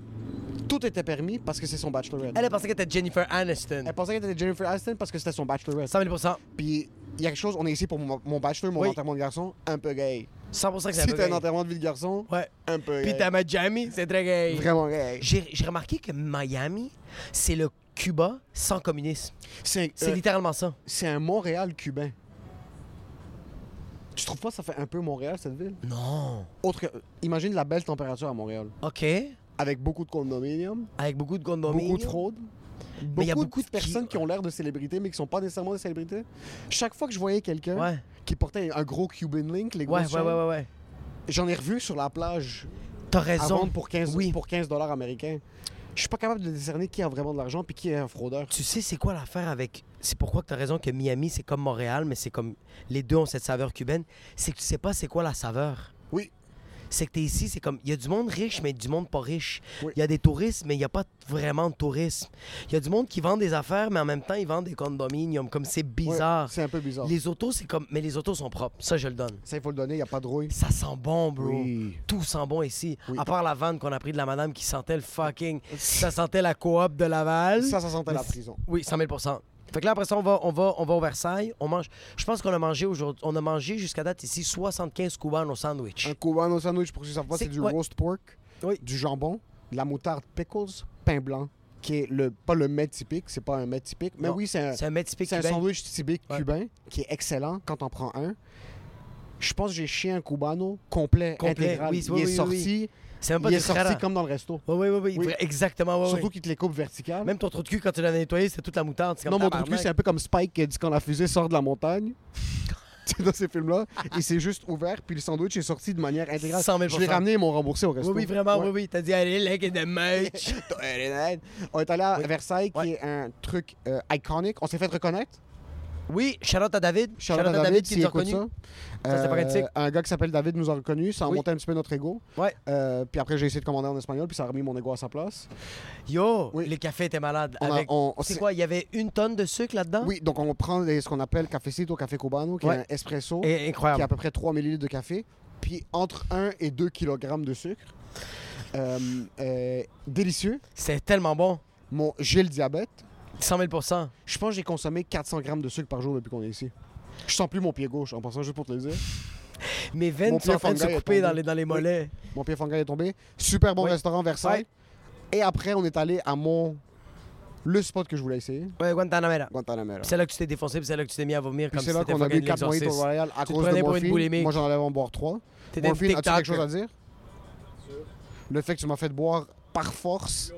Speaker 4: Tout était permis parce que c'est son bachelorette.
Speaker 2: Elle a pensé que t'étais Jennifer Aniston.
Speaker 4: Elle pensait qu'elle était Jennifer Aniston parce que c'était son bachelorette.
Speaker 2: 100 000
Speaker 4: Puis il y a quelque chose, on est ici pour mon, mon bachelor, mon
Speaker 2: Oui.
Speaker 4: enterrement de garçon, un peu gay.
Speaker 2: 100 que c'est
Speaker 4: Si t'as un
Speaker 2: gay.
Speaker 4: enterrement de vie de garçon,
Speaker 2: Ouais.
Speaker 4: un peu
Speaker 2: Puis
Speaker 4: gay.
Speaker 2: t'es à Miami, c'est très gay.
Speaker 4: Vraiment gay.
Speaker 2: J'ai j'ai remarqué que Miami, c'est le Cuba sans communisme.
Speaker 4: C'est
Speaker 2: C'est
Speaker 4: euh,
Speaker 2: littéralement ça.
Speaker 4: c'est un Montréal cubain. Tu trouves pas que ça fait un peu Montréal cette ville
Speaker 2: Non.
Speaker 4: Autre que- imagine la belle température à Montréal,
Speaker 2: OK.
Speaker 4: avec beaucoup de condominiums,
Speaker 2: Avec beaucoup de condominiums.
Speaker 4: beaucoup de fraudes,
Speaker 2: Mais y a
Speaker 4: beaucoup,
Speaker 2: beaucoup
Speaker 4: de
Speaker 2: de qui-
Speaker 4: personnes qui ont l'air de célébrités mais qui sont pas nécessairement des célébrités. Chaque fois que je voyais quelqu'un
Speaker 2: Ouais.
Speaker 4: qui portait un gros Cuban link, les
Speaker 2: Ouais,
Speaker 4: grosses
Speaker 2: ouais, ouais,
Speaker 4: chaînes,
Speaker 2: ouais, ouais.
Speaker 4: j'en ai revu sur la plage
Speaker 2: T'as
Speaker 4: à
Speaker 2: raison.
Speaker 4: vendre pour 15
Speaker 2: Oui.
Speaker 4: pour 15 dollars américains. Je suis pas capable de discerner qui a vraiment de l'argent puis qui est un fraudeur.
Speaker 2: Tu sais, c'est quoi l'affaire avec. C'est pourquoi tu as raison que Miami, c'est comme Montréal, mais c'est comme. Les deux ont cette saveur cubaine. C'est que tu sais pas c'est quoi la saveur.
Speaker 4: Oui.
Speaker 2: C'est que tu es ici, c'est comme. Il y a du monde riche, mais du monde pas riche. Il
Speaker 4: Oui.
Speaker 2: y a des touristes, mais il n'y a pas vraiment de tourisme. Il y a du monde qui vend des affaires, mais en même temps, ils vendent des condominiums. Comme c'est
Speaker 4: Ouais,
Speaker 2: bizarre.
Speaker 4: c'est un peu bizarre.
Speaker 2: les autos, c'est comme. Mais les autos sont propres. Ça, je le donne.
Speaker 4: Ça, il faut le donner, il n'y a pas de rouille.
Speaker 2: Ça sent bon, bro.
Speaker 4: Oui.
Speaker 2: Tout sent bon ici.
Speaker 4: Oui.
Speaker 2: À part la vanne qu'on a pris de la madame qui sentait le
Speaker 4: [laughs]
Speaker 2: fucking. ça sentait la coop de Laval.
Speaker 4: Ça, ça sentait la
Speaker 2: Mais-
Speaker 4: prison.
Speaker 2: Oui, 100 000 Fait que là, après ça, on va, on va, on va au Versailles. On mange. Je pense qu'on a mangé aujourd'hui. On a mangé jusqu'à date ici 75 cubanos sandwich.
Speaker 4: Un cubano sandwich, pour ceux qui savent pas,
Speaker 2: C'est-
Speaker 4: c'est du
Speaker 2: ouais.
Speaker 4: roast pork,
Speaker 2: Oui.
Speaker 4: du jambon, de la moutarde pickles, pain blanc, qui est le, pas le mets typique, c'est pas un mets typique, mais
Speaker 2: Non,
Speaker 4: oui, c'est un,
Speaker 2: C'est un mets typique
Speaker 4: c'est un
Speaker 2: cubain.
Speaker 4: sandwich typique
Speaker 2: Ouais.
Speaker 4: cubain qui est excellent quand on prend un. Je pense que j'ai chié un cubano complet,
Speaker 2: Complet,
Speaker 4: intégral.
Speaker 2: oui,
Speaker 4: il
Speaker 2: oui,
Speaker 4: est
Speaker 2: oui, oui.
Speaker 4: sorti,
Speaker 2: C'est même pas
Speaker 4: il
Speaker 2: du
Speaker 4: est sorti
Speaker 2: Ferrara.
Speaker 4: comme dans le resto.
Speaker 2: Oui, oui, oui, oui.
Speaker 4: Oui.
Speaker 2: Exactement, oui, oui.
Speaker 4: Surtout qu'il te les coupe vertical.
Speaker 2: Même ton trou de cul, quand tu l'as nettoyé, c'est toute la moutarde. C'est comme
Speaker 4: non, mon truc, c'est
Speaker 2: tabarnak.
Speaker 4: un peu comme Spike qui a dit quand la fusée sort de la montagne. [laughs] Tu sais, dans ces films-là, il s'est juste ouvert, puis le sandwich est sorti de manière intégrale.
Speaker 2: 100 000
Speaker 4: Je l'ai ramené, ils m'ont remboursé au resto.
Speaker 2: Oui, oui, vraiment,
Speaker 4: Ouais. euh,
Speaker 2: oui, oui. T'as dit, allez, like and the
Speaker 4: [laughs]
Speaker 2: merch.
Speaker 4: On est allé à
Speaker 2: Oui.
Speaker 4: Versailles,
Speaker 2: Ouais.
Speaker 4: qui est un truc euh, iconique. On s'est fait reconnaître.
Speaker 2: oui, Charlotte à David.
Speaker 4: Shout-out
Speaker 2: Charlotte à David qui
Speaker 4: s'il
Speaker 2: nous a
Speaker 4: écoute
Speaker 2: reconnus.
Speaker 4: Ça,
Speaker 2: Ça, c'est
Speaker 4: Euh,
Speaker 2: pratique.
Speaker 4: Un gars qui s'appelle David nous a reconnus. Ça a
Speaker 2: Oui.
Speaker 4: monté un petit peu notre ego.
Speaker 2: Ouais.
Speaker 4: Euh, puis après, j'ai essayé de commander en espagnol, puis ça a remis mon ego à sa place.
Speaker 2: Yo,
Speaker 4: Oui.
Speaker 2: le café était malade.
Speaker 4: On a-
Speaker 2: Avec...
Speaker 4: on-
Speaker 2: C'est
Speaker 4: c'est-
Speaker 2: quoi, il y avait une tonne de sucre là-dedans?
Speaker 4: Oui, donc on prend des- ce qu'on appelle cafecito, café cubano, qui
Speaker 2: Ouais.
Speaker 4: est un espresso,
Speaker 2: Et-
Speaker 4: qui a à
Speaker 2: Eh, incroyable.
Speaker 4: peu près 3 ml de café, puis entre 1 et 2 kg de sucre. Euh, euh, délicieux.
Speaker 2: C'était tellement bon.
Speaker 4: Mon, j'ai le diabète.
Speaker 2: 100 000
Speaker 4: Je pense que j'ai consommé 400 grammes de sucre par jour depuis qu'on est ici. Je sens plus mon pied gauche, en passant juste pour te le dire.
Speaker 2: Mes veines
Speaker 4: Mon
Speaker 2: sont en
Speaker 4: pire
Speaker 2: train de se
Speaker 4: Fongai est
Speaker 2: couper dans
Speaker 4: tombé.
Speaker 2: les, dans les mollets.
Speaker 4: Mon pied fangal est tombé. Super bon
Speaker 2: Oui.
Speaker 4: restaurant Versailles. Et après, on est allé à mon. Le spot que je voulais essayer,
Speaker 2: Ouais, Guantanamera.
Speaker 4: Guantanamera.
Speaker 2: Puis C'est là que tu t'es défoncé, puis c'est là que tu t'es mis à vomir
Speaker 4: Puis
Speaker 2: comme si
Speaker 4: c'est là
Speaker 2: c'était
Speaker 4: qu'on a bu
Speaker 2: fucking
Speaker 4: 4 mojitos
Speaker 2: l'exorciste.
Speaker 4: Royal à
Speaker 2: te
Speaker 4: cause
Speaker 2: prenais
Speaker 4: de
Speaker 2: pour une
Speaker 4: Morphine.
Speaker 2: boulimique.
Speaker 4: Moi, j'en allais en boire 3.
Speaker 2: T'étais
Speaker 4: Morphine, as-tu quelque
Speaker 2: TikTok.
Speaker 4: chose à dire Le fait que tu m'as fait boire par force.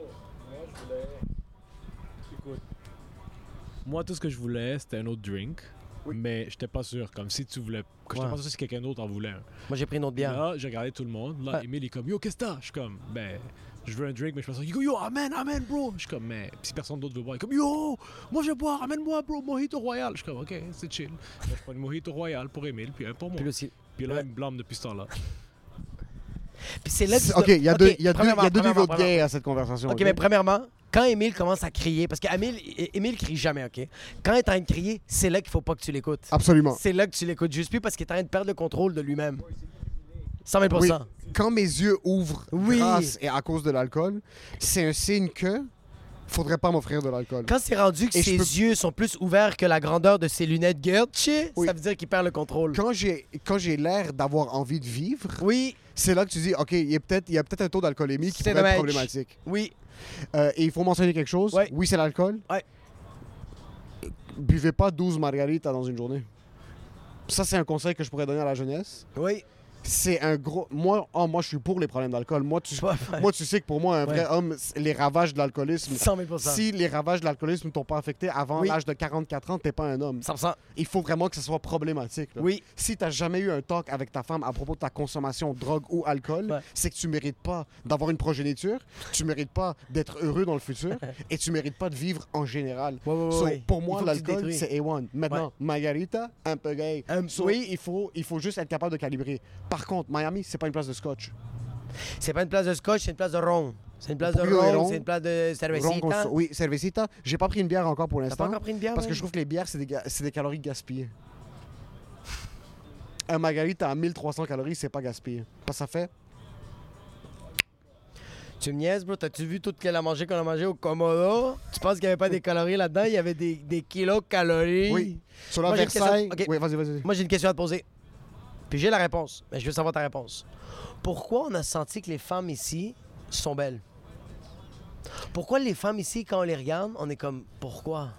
Speaker 6: Moi, tout ce que je voulais, c'était un autre drink. Mais j'étais pas sûr, comme si tu voulais. que J'étais
Speaker 2: Ouais.
Speaker 6: pas sûr si quelqu'un d'autre en voulait un.
Speaker 2: Moi, j'ai pris une autre bière.
Speaker 6: Là, j'ai regardé tout le monde. Là,
Speaker 2: Ouais.
Speaker 6: Emile est comme Yo, qu'est-ce que t'as Je suis comme Ben, je veux un drink, mais je pense Yo, yo, amen, amen, bro. Je suis comme Mais si personne d'autre veut boire, il est comme Yo, moi je vais boire, amène-moi, bro, mojito royal. Je suis comme Ok, c'est chill. Là, je prends une mojito royal pour Emile, puis un pour moi.
Speaker 2: Puis, là aussi.
Speaker 6: Puis là,
Speaker 2: ouais.
Speaker 6: il me blâme depuis ce temps-là.
Speaker 2: Puis c'est là que tu
Speaker 4: Ok, il y a deux, il y a deux, il y
Speaker 2: premièrement,
Speaker 4: a deux niveaux
Speaker 2: premièrement,
Speaker 4: de gays à cette conversation.
Speaker 2: OK,
Speaker 4: ok?
Speaker 2: mais premièrement, quand Émile commence à crier, parce qu'Émile Émile crie jamais, OK? Quand il est en train de crier, c'est là qu'il faut pas que tu l'écoutes.
Speaker 4: Absolument.
Speaker 2: C'est là que tu l'écoutes juste plus parce qu'il est en train de perdre le contrôle de lui-même. 100 000
Speaker 4: Oui. Quand mes yeux ouvrent
Speaker 2: Oui.
Speaker 4: grâce et à cause de l'alcool, c'est un signe que faudrait pas m'offrir de l'alcool.
Speaker 2: Quand c'est rendu que
Speaker 4: Et je
Speaker 2: ses
Speaker 4: peux-
Speaker 2: yeux sont plus ouverts que la grandeur de ses lunettes Gucci,
Speaker 4: Oui.
Speaker 2: ça veut dire qu'il perd le contrôle.
Speaker 4: Quand j'ai quand j'ai l'air d'avoir envie de vivre,
Speaker 2: Oui,
Speaker 4: c'est là que tu dis ok, il y a peut-être il y a peut-être un taux d'alcoolémie qui
Speaker 2: C'est
Speaker 4: pourrait
Speaker 2: dommage.
Speaker 4: être problématique.
Speaker 2: oui.
Speaker 4: Euh, et il faut mentionner quelque chose.
Speaker 2: Ouais.
Speaker 4: Oui, c'est l'alcool.
Speaker 2: Ouais.
Speaker 4: Buvez pas 12 margaritas dans une journée. Ça, c'est un conseil que je pourrais donner à la jeunesse.
Speaker 2: Oui.
Speaker 4: C'est un gros. Moi, oh, moi, je suis pour les problèmes d'alcool. Moi tu... moi, tu sais que pour moi, un vrai
Speaker 2: Ouais.
Speaker 4: homme, c'est- les ravages de l'alcoolisme.
Speaker 2: 100 000
Speaker 4: Si les ravages de l'alcoolisme ne t'ont pas affecté avant
Speaker 2: Oui.
Speaker 4: l'âge de 44 ans, t'es pas un homme.
Speaker 2: 100
Speaker 4: Il faut vraiment que ce soit problématique. là.
Speaker 2: Oui.
Speaker 4: Si t'as jamais eu un talk avec ta femme à propos de ta consommation de drogue ou alcool,
Speaker 2: Ouais.
Speaker 4: c'est que tu mérites pas d'avoir une progéniture, tu mérites pas d'être heureux dans
Speaker 2: [laughs]
Speaker 4: le futur et tu mérites pas de vivre en général.
Speaker 2: Ouais, ouais, ouais,
Speaker 4: So,
Speaker 2: ouais.
Speaker 4: Pour
Speaker 2: Il
Speaker 4: moi,
Speaker 2: faut que tu te
Speaker 4: l'alcool,
Speaker 2: détruis.
Speaker 4: c'est A1. Maintenant,
Speaker 2: Ouais.
Speaker 4: margarita, un peu gay.
Speaker 2: Un-
Speaker 4: So,
Speaker 2: oui.
Speaker 4: oui, il faut, il faut juste être capable de calibrer. Par contre, Miami, c'est pas une place de scotch.
Speaker 2: C'est pas une place de scotch, c'est une place de rond. C'est une place de
Speaker 4: Pour le rond,
Speaker 2: rond, c'est une place de
Speaker 4: Ron
Speaker 2: cervecita.
Speaker 4: Conso- oui, cervecita. J'ai pas pris une bière encore pour
Speaker 2: T'as pas
Speaker 4: l'instant.
Speaker 2: encore pris une bière?
Speaker 4: Parce
Speaker 2: man?
Speaker 4: que je trouve que les bières, c'est des, ga- c'est des calories gaspillées. Un margarita à 1300 calories, c'est pas gaspillé. Parce que ça fait.
Speaker 2: Tu me niaises, bro. T'as-tu vu tout la manger qu'on a mangé au Komodo? Tu penses qu'il y avait pas des calories là-dedans? Il y avait des, des kilos de calories.
Speaker 4: Oui. Sur la
Speaker 2: Moi, j'ai une
Speaker 4: Versailles.
Speaker 2: question. Ok.
Speaker 4: Oui, vas-y, vas-y.
Speaker 2: Moi, j'ai une question à te poser. Puis j'ai la réponse, mais je veux savoir ta réponse. Pourquoi on a senti que les femmes ici sont belles? Pourquoi les femmes ici, quand on les regarde, on est comme pourquoi?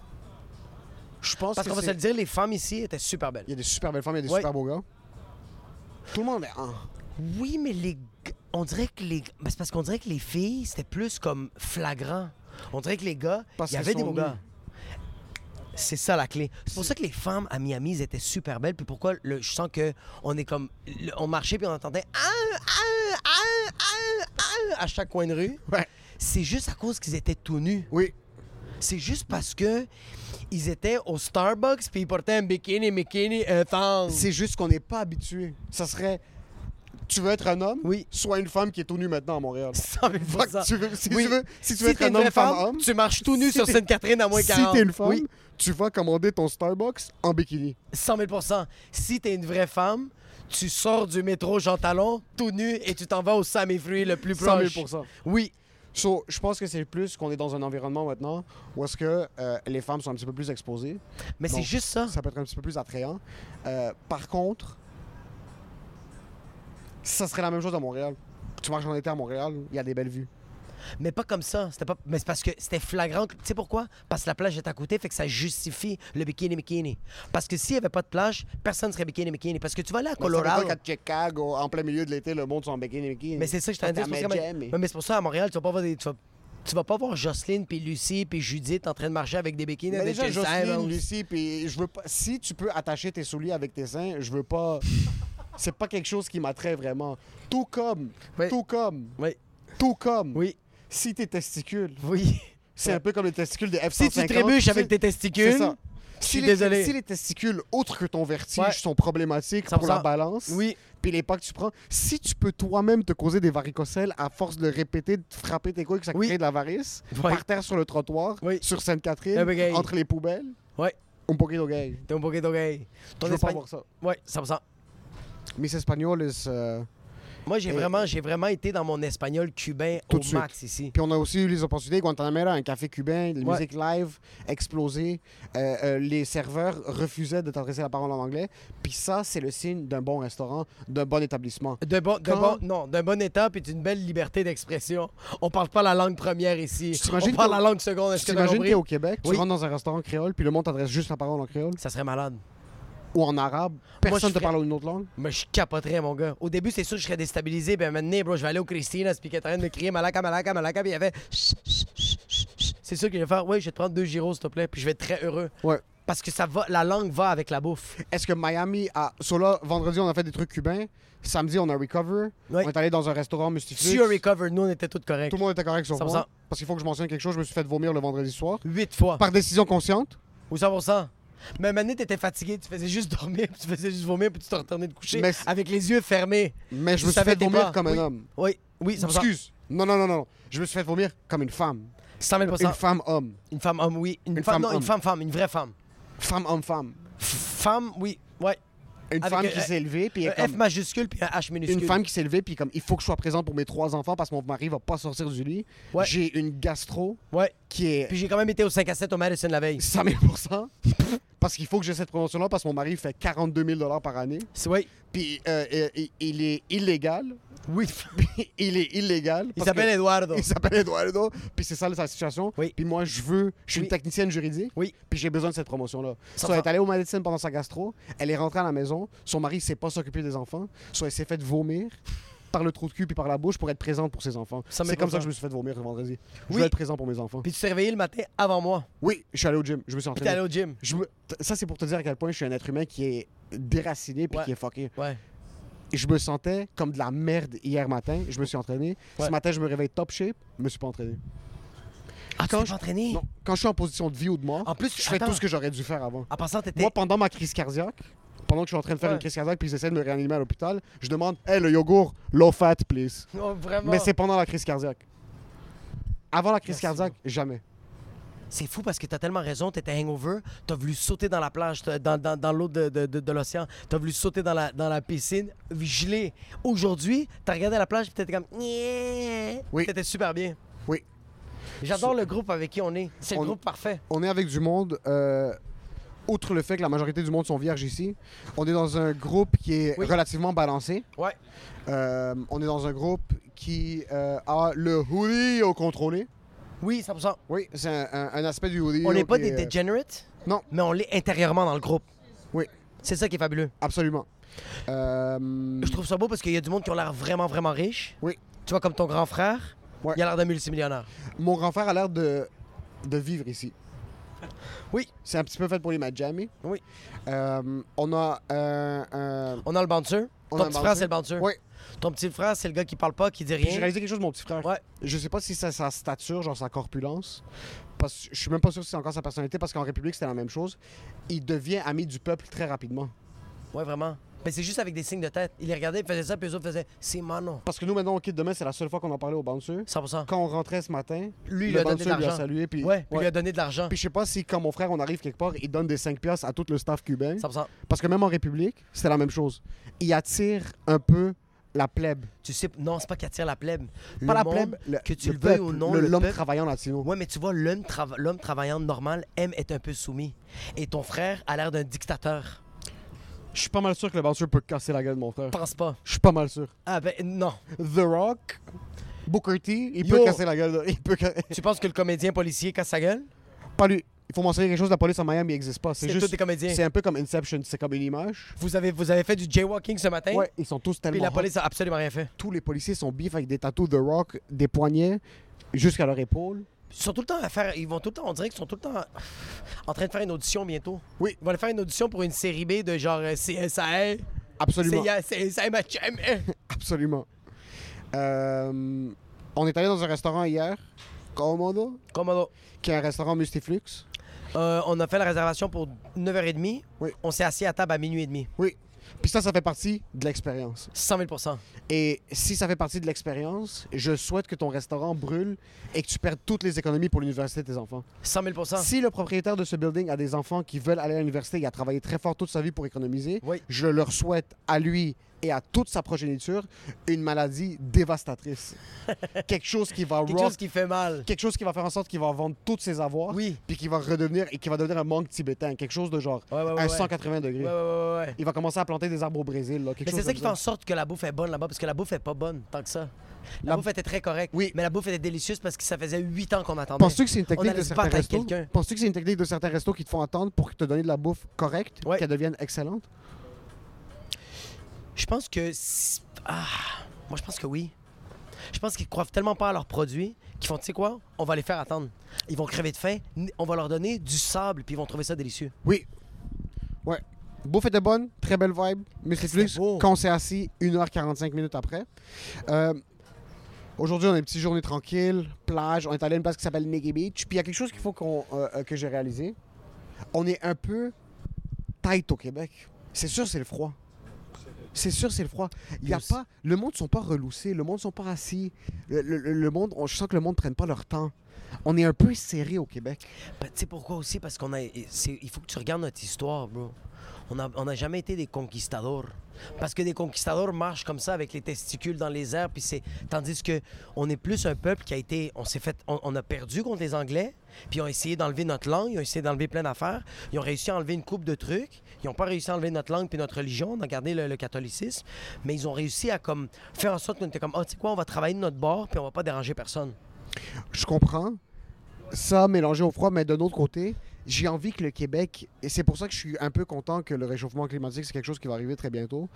Speaker 4: Je pense
Speaker 2: Parce
Speaker 4: que
Speaker 2: qu'on va se
Speaker 4: c'est-
Speaker 2: le dire, les femmes ici étaient super belles.
Speaker 4: Il y a des super belles femmes, il y a des
Speaker 2: Ouais.
Speaker 4: super beaux gars. Tout le monde est. un.
Speaker 2: Oui, mais les. g- On dirait que les. ben, c'est parce qu'on dirait que les filles, c'était plus comme flagrant. On dirait que les gars,
Speaker 4: Parce
Speaker 2: il y
Speaker 4: qu'elles
Speaker 2: avait des
Speaker 4: sont
Speaker 2: beaux
Speaker 4: nues.
Speaker 2: gars. C'est ça la clé. C'est pour ça que les femmes à Miami, elles étaient super belles. Puis pourquoi le- je sens que on est comme. le- on marchait puis on entendait. Ah, ah, ah, ah, ah, à chaque coin de rue.
Speaker 3: Ouais.
Speaker 2: C'est juste à cause qu'ils étaient tout nus.
Speaker 3: Oui.
Speaker 2: C'est juste parce que ils étaient au Starbucks puis ils portaient un bikini, bikini, un thong.
Speaker 4: C'est juste qu'on n'est pas habitué. Ça serait. Tu veux être un homme?
Speaker 2: Oui.
Speaker 4: Sois une femme qui est tout nue maintenant à Montréal.
Speaker 2: Ça me fait
Speaker 4: Fuck,
Speaker 2: ça.
Speaker 4: tu veux- si
Speaker 2: Oui.
Speaker 4: tu veux, si tu veux
Speaker 2: Si
Speaker 4: être
Speaker 2: t'es
Speaker 4: un
Speaker 2: une
Speaker 4: homme,
Speaker 2: vraie
Speaker 4: femme,
Speaker 2: femme,
Speaker 4: homme,
Speaker 2: tu marches tout nu
Speaker 4: si
Speaker 2: sur
Speaker 4: t'es-
Speaker 2: Sainte-Catherine à moins
Speaker 4: si
Speaker 2: 40.
Speaker 4: t'es une femme,
Speaker 2: Oui,
Speaker 4: tu vas commander ton Starbucks en bikini.
Speaker 2: 100 000 Si t'es une vraie femme, tu sors du métro Jean Talon tout nu et tu t'en vas au Sam et Fruits le plus
Speaker 4: 100
Speaker 2: proche.
Speaker 4: 000
Speaker 2: Oui,
Speaker 4: So, je pense que c'est plus qu'on est dans un environnement maintenant où est-ce que euh, les femmes sont un petit peu plus exposées.
Speaker 2: mais c'est
Speaker 4: Donc,
Speaker 2: juste ça.
Speaker 4: Ça peut être un petit peu plus attrayant. Euh, par contre, ça serait la même chose à Montréal. Tu marches en été à Montréal, il y a des belles vues.
Speaker 2: Mais pas comme ça. C'était pas... Mais c'est parce que c'était flagrant. Tu sais pourquoi? Parce que la plage est à côté, fait que ça justifie le bikini bikini. Parce que s'il n'y avait pas de plage, personne serait bikini bikini. Parce que tu vas aller à
Speaker 4: Ça
Speaker 2: Colorado.
Speaker 4: veut pas qu'à Chicago, en plein milieu de l'été, le monde sont en bikini bikini.
Speaker 2: Mais c'est ça que je t'en dis.
Speaker 4: Ça
Speaker 2: c'est pour ça que-
Speaker 4: m'aime, mais-
Speaker 2: Mais, mais c'est pour ça, à Montréal, tu vas pas voir des... Tu vas, tu vas pas voir Jocelyne, puis Lucie, puis Judith en train de marcher avec des bikinis.
Speaker 4: Mais
Speaker 2: avec
Speaker 4: déjà,
Speaker 2: des sandals.
Speaker 4: Jocelyne, Lucie, puis je veux pas. Si tu peux attacher tes souliers avec tes seins, je veux pas. C'est pas quelque chose qui m'attrait vraiment. Tout comme,
Speaker 2: Oui.
Speaker 4: tout comme,
Speaker 2: Oui,
Speaker 4: tout comme.
Speaker 2: oui,
Speaker 4: Si tes testicules, [laughs]
Speaker 2: oui.
Speaker 4: c'est un peu comme les testicules de F-150.
Speaker 2: Si tu trébuches avec tes
Speaker 4: C'est
Speaker 2: testicules,
Speaker 4: ça.
Speaker 2: je
Speaker 4: Si
Speaker 2: suis
Speaker 4: les,
Speaker 2: désolé.
Speaker 4: si les testicules, autres que ton vertige,
Speaker 2: Ouais.
Speaker 4: sont problématiques pour
Speaker 2: 100%.
Speaker 4: la balance,
Speaker 2: oui,
Speaker 4: puis les pas que tu prends, si tu peux toi-même te causer des varicocèles à force de le répéter, de frapper tes couilles, que ça
Speaker 2: Oui.
Speaker 4: crée de la varice,
Speaker 2: Ouais.
Speaker 4: par terre sur le trottoir,
Speaker 2: Oui.
Speaker 4: sur Sainte-Catherine,
Speaker 2: Eh ben, gay.
Speaker 4: entre les poubelles,
Speaker 2: Ouais.
Speaker 4: un poquito gay.
Speaker 2: t'es un poquito gay.
Speaker 4: Je
Speaker 2: Ton
Speaker 4: veux pas
Speaker 2: Espagne...
Speaker 4: voir ça.
Speaker 2: Ouais, 100%.
Speaker 4: Mis espagnoles. euh,
Speaker 2: Moi, j'ai
Speaker 4: Et-
Speaker 2: vraiment, j'ai vraiment été dans mon espagnol cubain
Speaker 4: Tout
Speaker 2: au
Speaker 4: de suite.
Speaker 2: max ici.
Speaker 4: Puis on a aussi eu les opportunités. Guantanamera, un café cubain, la
Speaker 2: Ouais.
Speaker 4: musique live explosée. Euh, euh, les serveurs refusaient de t'adresser la parole en anglais. Puis ça, c'est le signe d'un bon restaurant, d'un bon établissement.
Speaker 2: De bon, de
Speaker 4: Quand-
Speaker 2: bon, non, d'un bon état puis d'une belle liberté d'expression. On parle pas la langue première ici.
Speaker 4: Tu t'imagines
Speaker 2: On parle
Speaker 4: que-
Speaker 2: la langue seconde.
Speaker 4: Tu
Speaker 2: Est-ce que t'as
Speaker 4: t'imagines
Speaker 2: compris?
Speaker 4: t'es au Québec,
Speaker 2: Oui.
Speaker 4: tu rentres dans un restaurant créole, puis le monde t'adresse juste la parole en créole
Speaker 2: Ça serait malade.
Speaker 4: ou en arabe. Personne
Speaker 2: je
Speaker 4: te
Speaker 2: ferais-
Speaker 4: parle une autre langue.
Speaker 2: Mais je capoterais, mon gars. Au début, c'est sûr que je serais déstabilisé. Ben maintenant, bro, je vais aller au Christina's puis qu'elle est en train de me crier Malaka, Malaka, Malaka. Puis il y avait. Chut, chut, chut, chut, chut. C'est sûr que je vais faire. Ouais, je vais te prendre deux gyros, s'il te plaît. Puis je vais être très heureux.
Speaker 4: Ouais.
Speaker 2: Parce que ça va, la langue va avec la bouffe.
Speaker 4: Est-ce que Miami a. So là, vendredi, on a fait des trucs cubains. Samedi, on a recover.
Speaker 2: Ouais.
Speaker 4: On est allé dans un restaurant Mustiflux.
Speaker 2: Si on recover, nous, on était tous corrects.
Speaker 4: Tout le monde était correct sur
Speaker 2: 100%.
Speaker 4: moi. Parce qu'il faut que je mentionne quelque chose. Je me suis fait vomir le vendredi soir.
Speaker 2: Huit fois.
Speaker 4: Par décision consciente.
Speaker 2: Ou 100%. Mais maintenant, t'étais fatigué, tu faisais juste dormir, [laughs] puis tu faisais juste vomir, puis tu te retournais te coucher
Speaker 4: Mais c'est-
Speaker 2: avec les yeux fermés.
Speaker 4: Mais je
Speaker 2: Tu
Speaker 4: me suis
Speaker 2: savais
Speaker 4: fait
Speaker 2: tes
Speaker 4: vomir
Speaker 2: pas.
Speaker 4: comme un
Speaker 2: Oui.
Speaker 4: homme.
Speaker 2: Oui, oui, 100%.
Speaker 4: Excuse. Non, non, non, non. non. Je me suis fait vomir comme une femme.
Speaker 2: 100 000
Speaker 4: Une femme homme.
Speaker 2: Une femme homme, oui. Une,
Speaker 4: Une
Speaker 2: femme,
Speaker 4: femme
Speaker 2: non, une
Speaker 4: homme.
Speaker 2: femme femme, une vraie femme.
Speaker 4: Femme homme femme.
Speaker 2: Femme, oui, ouais.
Speaker 4: Une
Speaker 2: Avec
Speaker 4: femme
Speaker 2: un-
Speaker 4: qui s'est élevée puis elle
Speaker 2: Un
Speaker 4: est comme-
Speaker 2: F majuscule puis un H minuscule.
Speaker 4: une femme qui s'est élevée puis comme il faut que je sois présent pour mes trois enfants parce que mon mari va pas sortir du lit.
Speaker 2: Ouais.
Speaker 4: J'ai une gastro
Speaker 2: Ouais.
Speaker 4: qui est
Speaker 2: Puis j'ai quand même été au 5 à 7 au Madison la veille.
Speaker 4: 100 000 [laughs] parce qu'il faut que j'ai cette promotion-là parce que mon mari fait 42 000 dollars par année.
Speaker 2: C'est- Oui,
Speaker 4: Puis euh, euh, il- il est illégal. [laughs]
Speaker 2: oui.
Speaker 4: il est illégal.
Speaker 2: Il
Speaker 4: parce que-
Speaker 2: s'appelle Eduardo.
Speaker 4: [laughs] Il s'appelle Eduardo. Puis c'est ça la situation.
Speaker 2: Oui.
Speaker 4: Puis moi, je veux. Je suis
Speaker 2: Oui.
Speaker 4: une technicienne juridique.
Speaker 2: Oui.
Speaker 4: Puis j'ai besoin de cette promotion-là.
Speaker 2: Ça
Speaker 4: Soit elle
Speaker 2: prend-
Speaker 4: est allée au médecin pendant sa gastro. Elle est rentrée à la maison. Son mari ne sait pas s'occuper des enfants. Soit elle s'est faite vomir par le trou de cul puis par la bouche pour être présente pour ses enfants.
Speaker 2: Ça
Speaker 4: C'est
Speaker 2: m'est
Speaker 4: comme
Speaker 2: pas
Speaker 4: ça
Speaker 2: ça.
Speaker 4: que je me suis fait vomir le vendredi. Je
Speaker 2: Oui.
Speaker 4: veux être présent pour mes enfants.
Speaker 2: Puis tu t'es réveillé le matin avant moi.
Speaker 4: Oui, je suis allé au gym. Je me suis
Speaker 2: Puis t'es allé
Speaker 4: entraîné.
Speaker 2: au gym.
Speaker 4: Je me- t- Ça, c'est pour te dire à quel point je suis un être humain qui est déraciné puis
Speaker 2: Ouais.
Speaker 4: qui est fucké.
Speaker 2: Ouais.
Speaker 4: Je me sentais comme de la merde hier matin. Je me suis entraîné.
Speaker 2: Ouais.
Speaker 4: Ce matin, je me réveille top shape. Je me suis pas entraîné.
Speaker 2: Ah, tu
Speaker 4: Quand
Speaker 2: t'es
Speaker 4: je-
Speaker 2: pas entraîné?
Speaker 4: Non, quand je suis en position de vie ou de mort,
Speaker 2: En plus,
Speaker 4: je fais
Speaker 2: attends.
Speaker 4: tout ce que j'aurais dû faire avant.
Speaker 2: En passant, t'étais.
Speaker 4: Moi, pendant ma crise cardiaque, pendant que je suis en train de faire
Speaker 2: Ouais.
Speaker 4: une crise cardiaque puis ils essaient de me réanimer à l'hôpital, je demande Hey, le yogourt, low fat, please.
Speaker 2: Non, vraiment.
Speaker 4: Mais c'est pendant la crise cardiaque. Avant la
Speaker 2: Merci,
Speaker 4: crise cardiaque, jamais.
Speaker 2: C'est fou parce que t'as tellement raison, t'étais hangover, t'as voulu sauter dans la plage, t'as- dans, dans, dans l'eau de, de, de, de l'océan, t'as voulu sauter dans la, dans la piscine, gelé. Aujourd'hui, t'as regardé la plage et t'étais comme...
Speaker 4: Oui.
Speaker 2: T'étais super bien.
Speaker 4: Oui.
Speaker 2: J'adore le groupe avec qui on est. C'est
Speaker 4: On-
Speaker 2: le groupe parfait.
Speaker 4: On est avec du monde. euh, Outre le fait que la majorité du monde sont vierges ici, on est dans un groupe qui est
Speaker 2: Oui.
Speaker 4: relativement balancé.
Speaker 2: Ouais.
Speaker 4: Euh, on est dans un groupe qui euh, a le hoodie au contrôlé.
Speaker 2: Oui, 100%.
Speaker 4: Oui, c'est un, un- un aspect du hoodie.
Speaker 2: On n'est pas des
Speaker 4: déjeuners.
Speaker 2: degenerates,
Speaker 4: euh, Non.
Speaker 2: mais on l'est intérieurement dans le groupe.
Speaker 4: Oui.
Speaker 2: C'est ça qui est fabuleux.
Speaker 4: Absolument. Euh,
Speaker 2: Je trouve ça beau parce qu'il y a du monde qui ont l'air vraiment, vraiment riche.
Speaker 4: Oui.
Speaker 2: Tu vois, comme ton grand frère,
Speaker 4: Ouais.
Speaker 2: il a l'air d'un multimillionnaire.
Speaker 4: Mon grand frère a l'air de, de vivre ici.
Speaker 2: [laughs] Oui.
Speaker 4: C'est un petit peu fait pour les Majami.
Speaker 2: Oui.
Speaker 4: Euh, on a un. un-
Speaker 2: On a le bouncer.
Speaker 4: On
Speaker 2: ton
Speaker 4: a un
Speaker 2: petit frère,
Speaker 4: bouncer.
Speaker 2: c'est le bouncer.
Speaker 4: Oui.
Speaker 2: Ton petit frère, c'est le gars qui parle pas, qui dit
Speaker 4: Puis j'ai
Speaker 2: rien.
Speaker 4: réalisé quelque chose, mon petit frère.
Speaker 2: Ouais.
Speaker 4: Je sais pas si c'est sa stature, genre sa corpulence. Parce que je suis même pas sûr si c'est encore sa personnalité, parce qu'en République, c'était la même chose. Il devient ami du peuple très rapidement.
Speaker 2: Ouais, vraiment. Mais c'est juste avec des signes de tête. Il les regardait, il faisait ça, puis les autres faisaient c'est mano.
Speaker 4: Parce que nous, maintenant, on quitte demain, c'est la seule fois qu'on en parlait au bouncer.
Speaker 2: 100
Speaker 4: Quand on rentrait ce matin,
Speaker 2: Lui, il
Speaker 4: le
Speaker 2: a donné de
Speaker 4: bouncer lui a
Speaker 2: l'argent.
Speaker 4: salué. Puis,
Speaker 2: Ouais, il
Speaker 4: ouais.
Speaker 2: lui a donné de l'argent.
Speaker 4: Puis je sais pas si, quand mon frère, on arrive quelque part, il donne des 5 piastres à tout le staff cubain.
Speaker 2: 100
Speaker 4: Parce que même en République, c'est la même chose. Il attire un peu la plèbe.
Speaker 2: Tu sais, non, c'est pas qu'il attire la plèbe. Le
Speaker 4: pas la
Speaker 2: monde,
Speaker 4: plèbe, le-
Speaker 2: que tu
Speaker 4: le
Speaker 2: le, veuilles
Speaker 4: peuple,
Speaker 2: ou non,
Speaker 4: le-
Speaker 2: le,
Speaker 4: l'homme
Speaker 2: peuple-
Speaker 4: travaillant latino.
Speaker 2: Ouais, mais tu vois, l'homme trava- l'homme travaillant normal aime être un peu soumis. Et ton frère a l'air d'un dictateur.
Speaker 4: Je suis pas mal sûr que le bouncer peut casser la gueule de mon frère.
Speaker 2: Pense pas.
Speaker 4: Je suis pas mal sûr.
Speaker 2: Ah ben non.
Speaker 4: The Rock, Booker T, il
Speaker 2: Yo.
Speaker 4: peut casser la gueule. de- Il peut ca- [laughs]
Speaker 2: tu penses que le comédien policier casse sa gueule
Speaker 4: Pas lui. Il faut mentionner quelque chose, la police en Miami n'existe pas. C'est
Speaker 2: C'est tous
Speaker 4: juste.
Speaker 2: des comédiens.
Speaker 4: C'est un peu comme Inception, c'est comme une image.
Speaker 2: Vous avez vous avez fait du jaywalking ce matin
Speaker 4: Ouais, ils sont tous
Speaker 2: Puis
Speaker 4: tellement.
Speaker 2: la
Speaker 4: hot.
Speaker 2: police a absolument rien fait.
Speaker 4: Tous les policiers sont bifs avec des tatous The Rock, des poignets jusqu'à leur épaule.
Speaker 2: Ils sont tout le temps à faire ils vont tout le temps on dirait qu'ils sont tout le temps en train de faire une audition bientôt.
Speaker 4: Oui.
Speaker 2: Ils vont aller faire une audition pour une série B de genre euh, CSI.
Speaker 4: Absolument.
Speaker 2: CIA, CSI ma
Speaker 4: [laughs]
Speaker 2: chum.
Speaker 4: Absolument. Euh, on est allé dans un restaurant hier, Comodo,
Speaker 2: Commando.
Speaker 4: qui est un restaurant Mustiflux.
Speaker 2: Euh, on a fait la réservation pour 9h30.
Speaker 4: Oui.
Speaker 2: On s'est assis à table à minuit et demi.
Speaker 4: Oui. Puis ça, ça fait partie de l'expérience.
Speaker 2: 100 000
Speaker 4: Et si ça fait partie de l'expérience, je souhaite que ton restaurant brûle et que tu perdes toutes les économies pour l'université de tes enfants.
Speaker 2: 100 000
Speaker 4: Si le propriétaire de ce building a des enfants qui veulent aller à l'université et a travaillé très fort toute sa vie pour économiser,
Speaker 2: Oui.
Speaker 4: je leur souhaite à lui et à toute sa progéniture une maladie
Speaker 2: [laughs]
Speaker 4: dévastatrice. quelque chose qui va
Speaker 2: Quelque
Speaker 4: rock-
Speaker 2: chose qui fait mal.
Speaker 4: quelque chose qui va faire en sorte qu'il va vendre tous ses avoirs
Speaker 2: Oui.
Speaker 4: puis qui va redevenir et qui va devenir un manque tibétain, quelque chose de genre
Speaker 2: Ouais, ouais, ouais,
Speaker 4: un
Speaker 2: ouais.
Speaker 4: 180 degrés.
Speaker 2: Ouais, ouais, ouais, ouais.
Speaker 4: Il va commencer à planter des arbres au Brésil, là, quelque
Speaker 2: Mais
Speaker 4: chose
Speaker 2: c'est ça
Speaker 4: comme
Speaker 2: qui fait en sorte que la bouffe est bonne là-bas, parce que la bouffe est pas bonne tant que ça. La,
Speaker 4: La-
Speaker 2: bouffe était très correcte,
Speaker 4: Oui.
Speaker 2: mais la bouffe était délicieuse parce que ça faisait 8 ans qu'on attendait.
Speaker 4: Penses-tu que c'est une
Speaker 2: On
Speaker 4: technique
Speaker 2: allait
Speaker 4: de
Speaker 2: se
Speaker 4: certains
Speaker 2: battre avec
Speaker 4: restos
Speaker 2: quelqu'un.
Speaker 4: Penses-tu que c'est une technique de certains restos qui te font attendre pour te donner de la bouffe correcte,
Speaker 2: Ouais.
Speaker 4: qu'elle devienne excellente
Speaker 2: Je pense que. si- Ah, moi, je pense que oui. Je pense qu'ils croient tellement pas à leurs produits qu'ils font, tu sais quoi, on va les faire attendre. Ils vont crever de faim, n- on va leur donner du sable, puis ils vont trouver ça délicieux.
Speaker 4: Oui. Ouais. Bouffe était bonne, très belle vibe. Muscle
Speaker 2: C'était
Speaker 4: Flux,
Speaker 2: beau.
Speaker 4: quand on s'est assis, 1h45 minutes après. Euh, Aujourd'hui, on a une petite journée tranquille, plage. On est allé à une place qui s'appelle Negi Beach. Puis il y a quelque chose qu'il faut qu'on euh, euh, que j'ai réalisé. On est un peu tight au Québec. C'est sûr, c'est le froid. C'est sûr, c'est le froid. Il y a pas, le monde sont pas reloussés, le monde sont pas assis. Le, le- le- le monde, on, je sens que le monde prenne pas leur temps. On est un peu serré au Québec.
Speaker 2: Ben, tu sais pourquoi aussi? Parce qu'on a. et c'est- Il faut que tu regardes notre histoire, bro. On n'a on a jamais été des conquistadors. Parce que des conquistadors marchent comme ça avec les testicules dans les airs. Puis c'est... Tandis que on est plus un peuple qui a été. On s'est fait. On, on a perdu contre les Anglais. Puis ils ont essayé d'enlever notre langue. Ils ont essayé d'enlever plein d'affaires. Ils ont réussi à enlever une coupe de trucs. Ils n'ont pas réussi à enlever notre langue puis notre religion. On a gardé le, le catholicisme. Mais ils ont réussi à comme faire en sorte qu'on était comme. Ah, tu sais quoi, on va travailler de notre bord puis on va pas déranger personne.
Speaker 4: je comprends ça mélangé au froid, mais d'un autre côté, j'ai envie que le Québec, et c'est pour ça que je suis un peu content que le réchauffement climatique, c'est quelque chose qui va arriver très bientôt.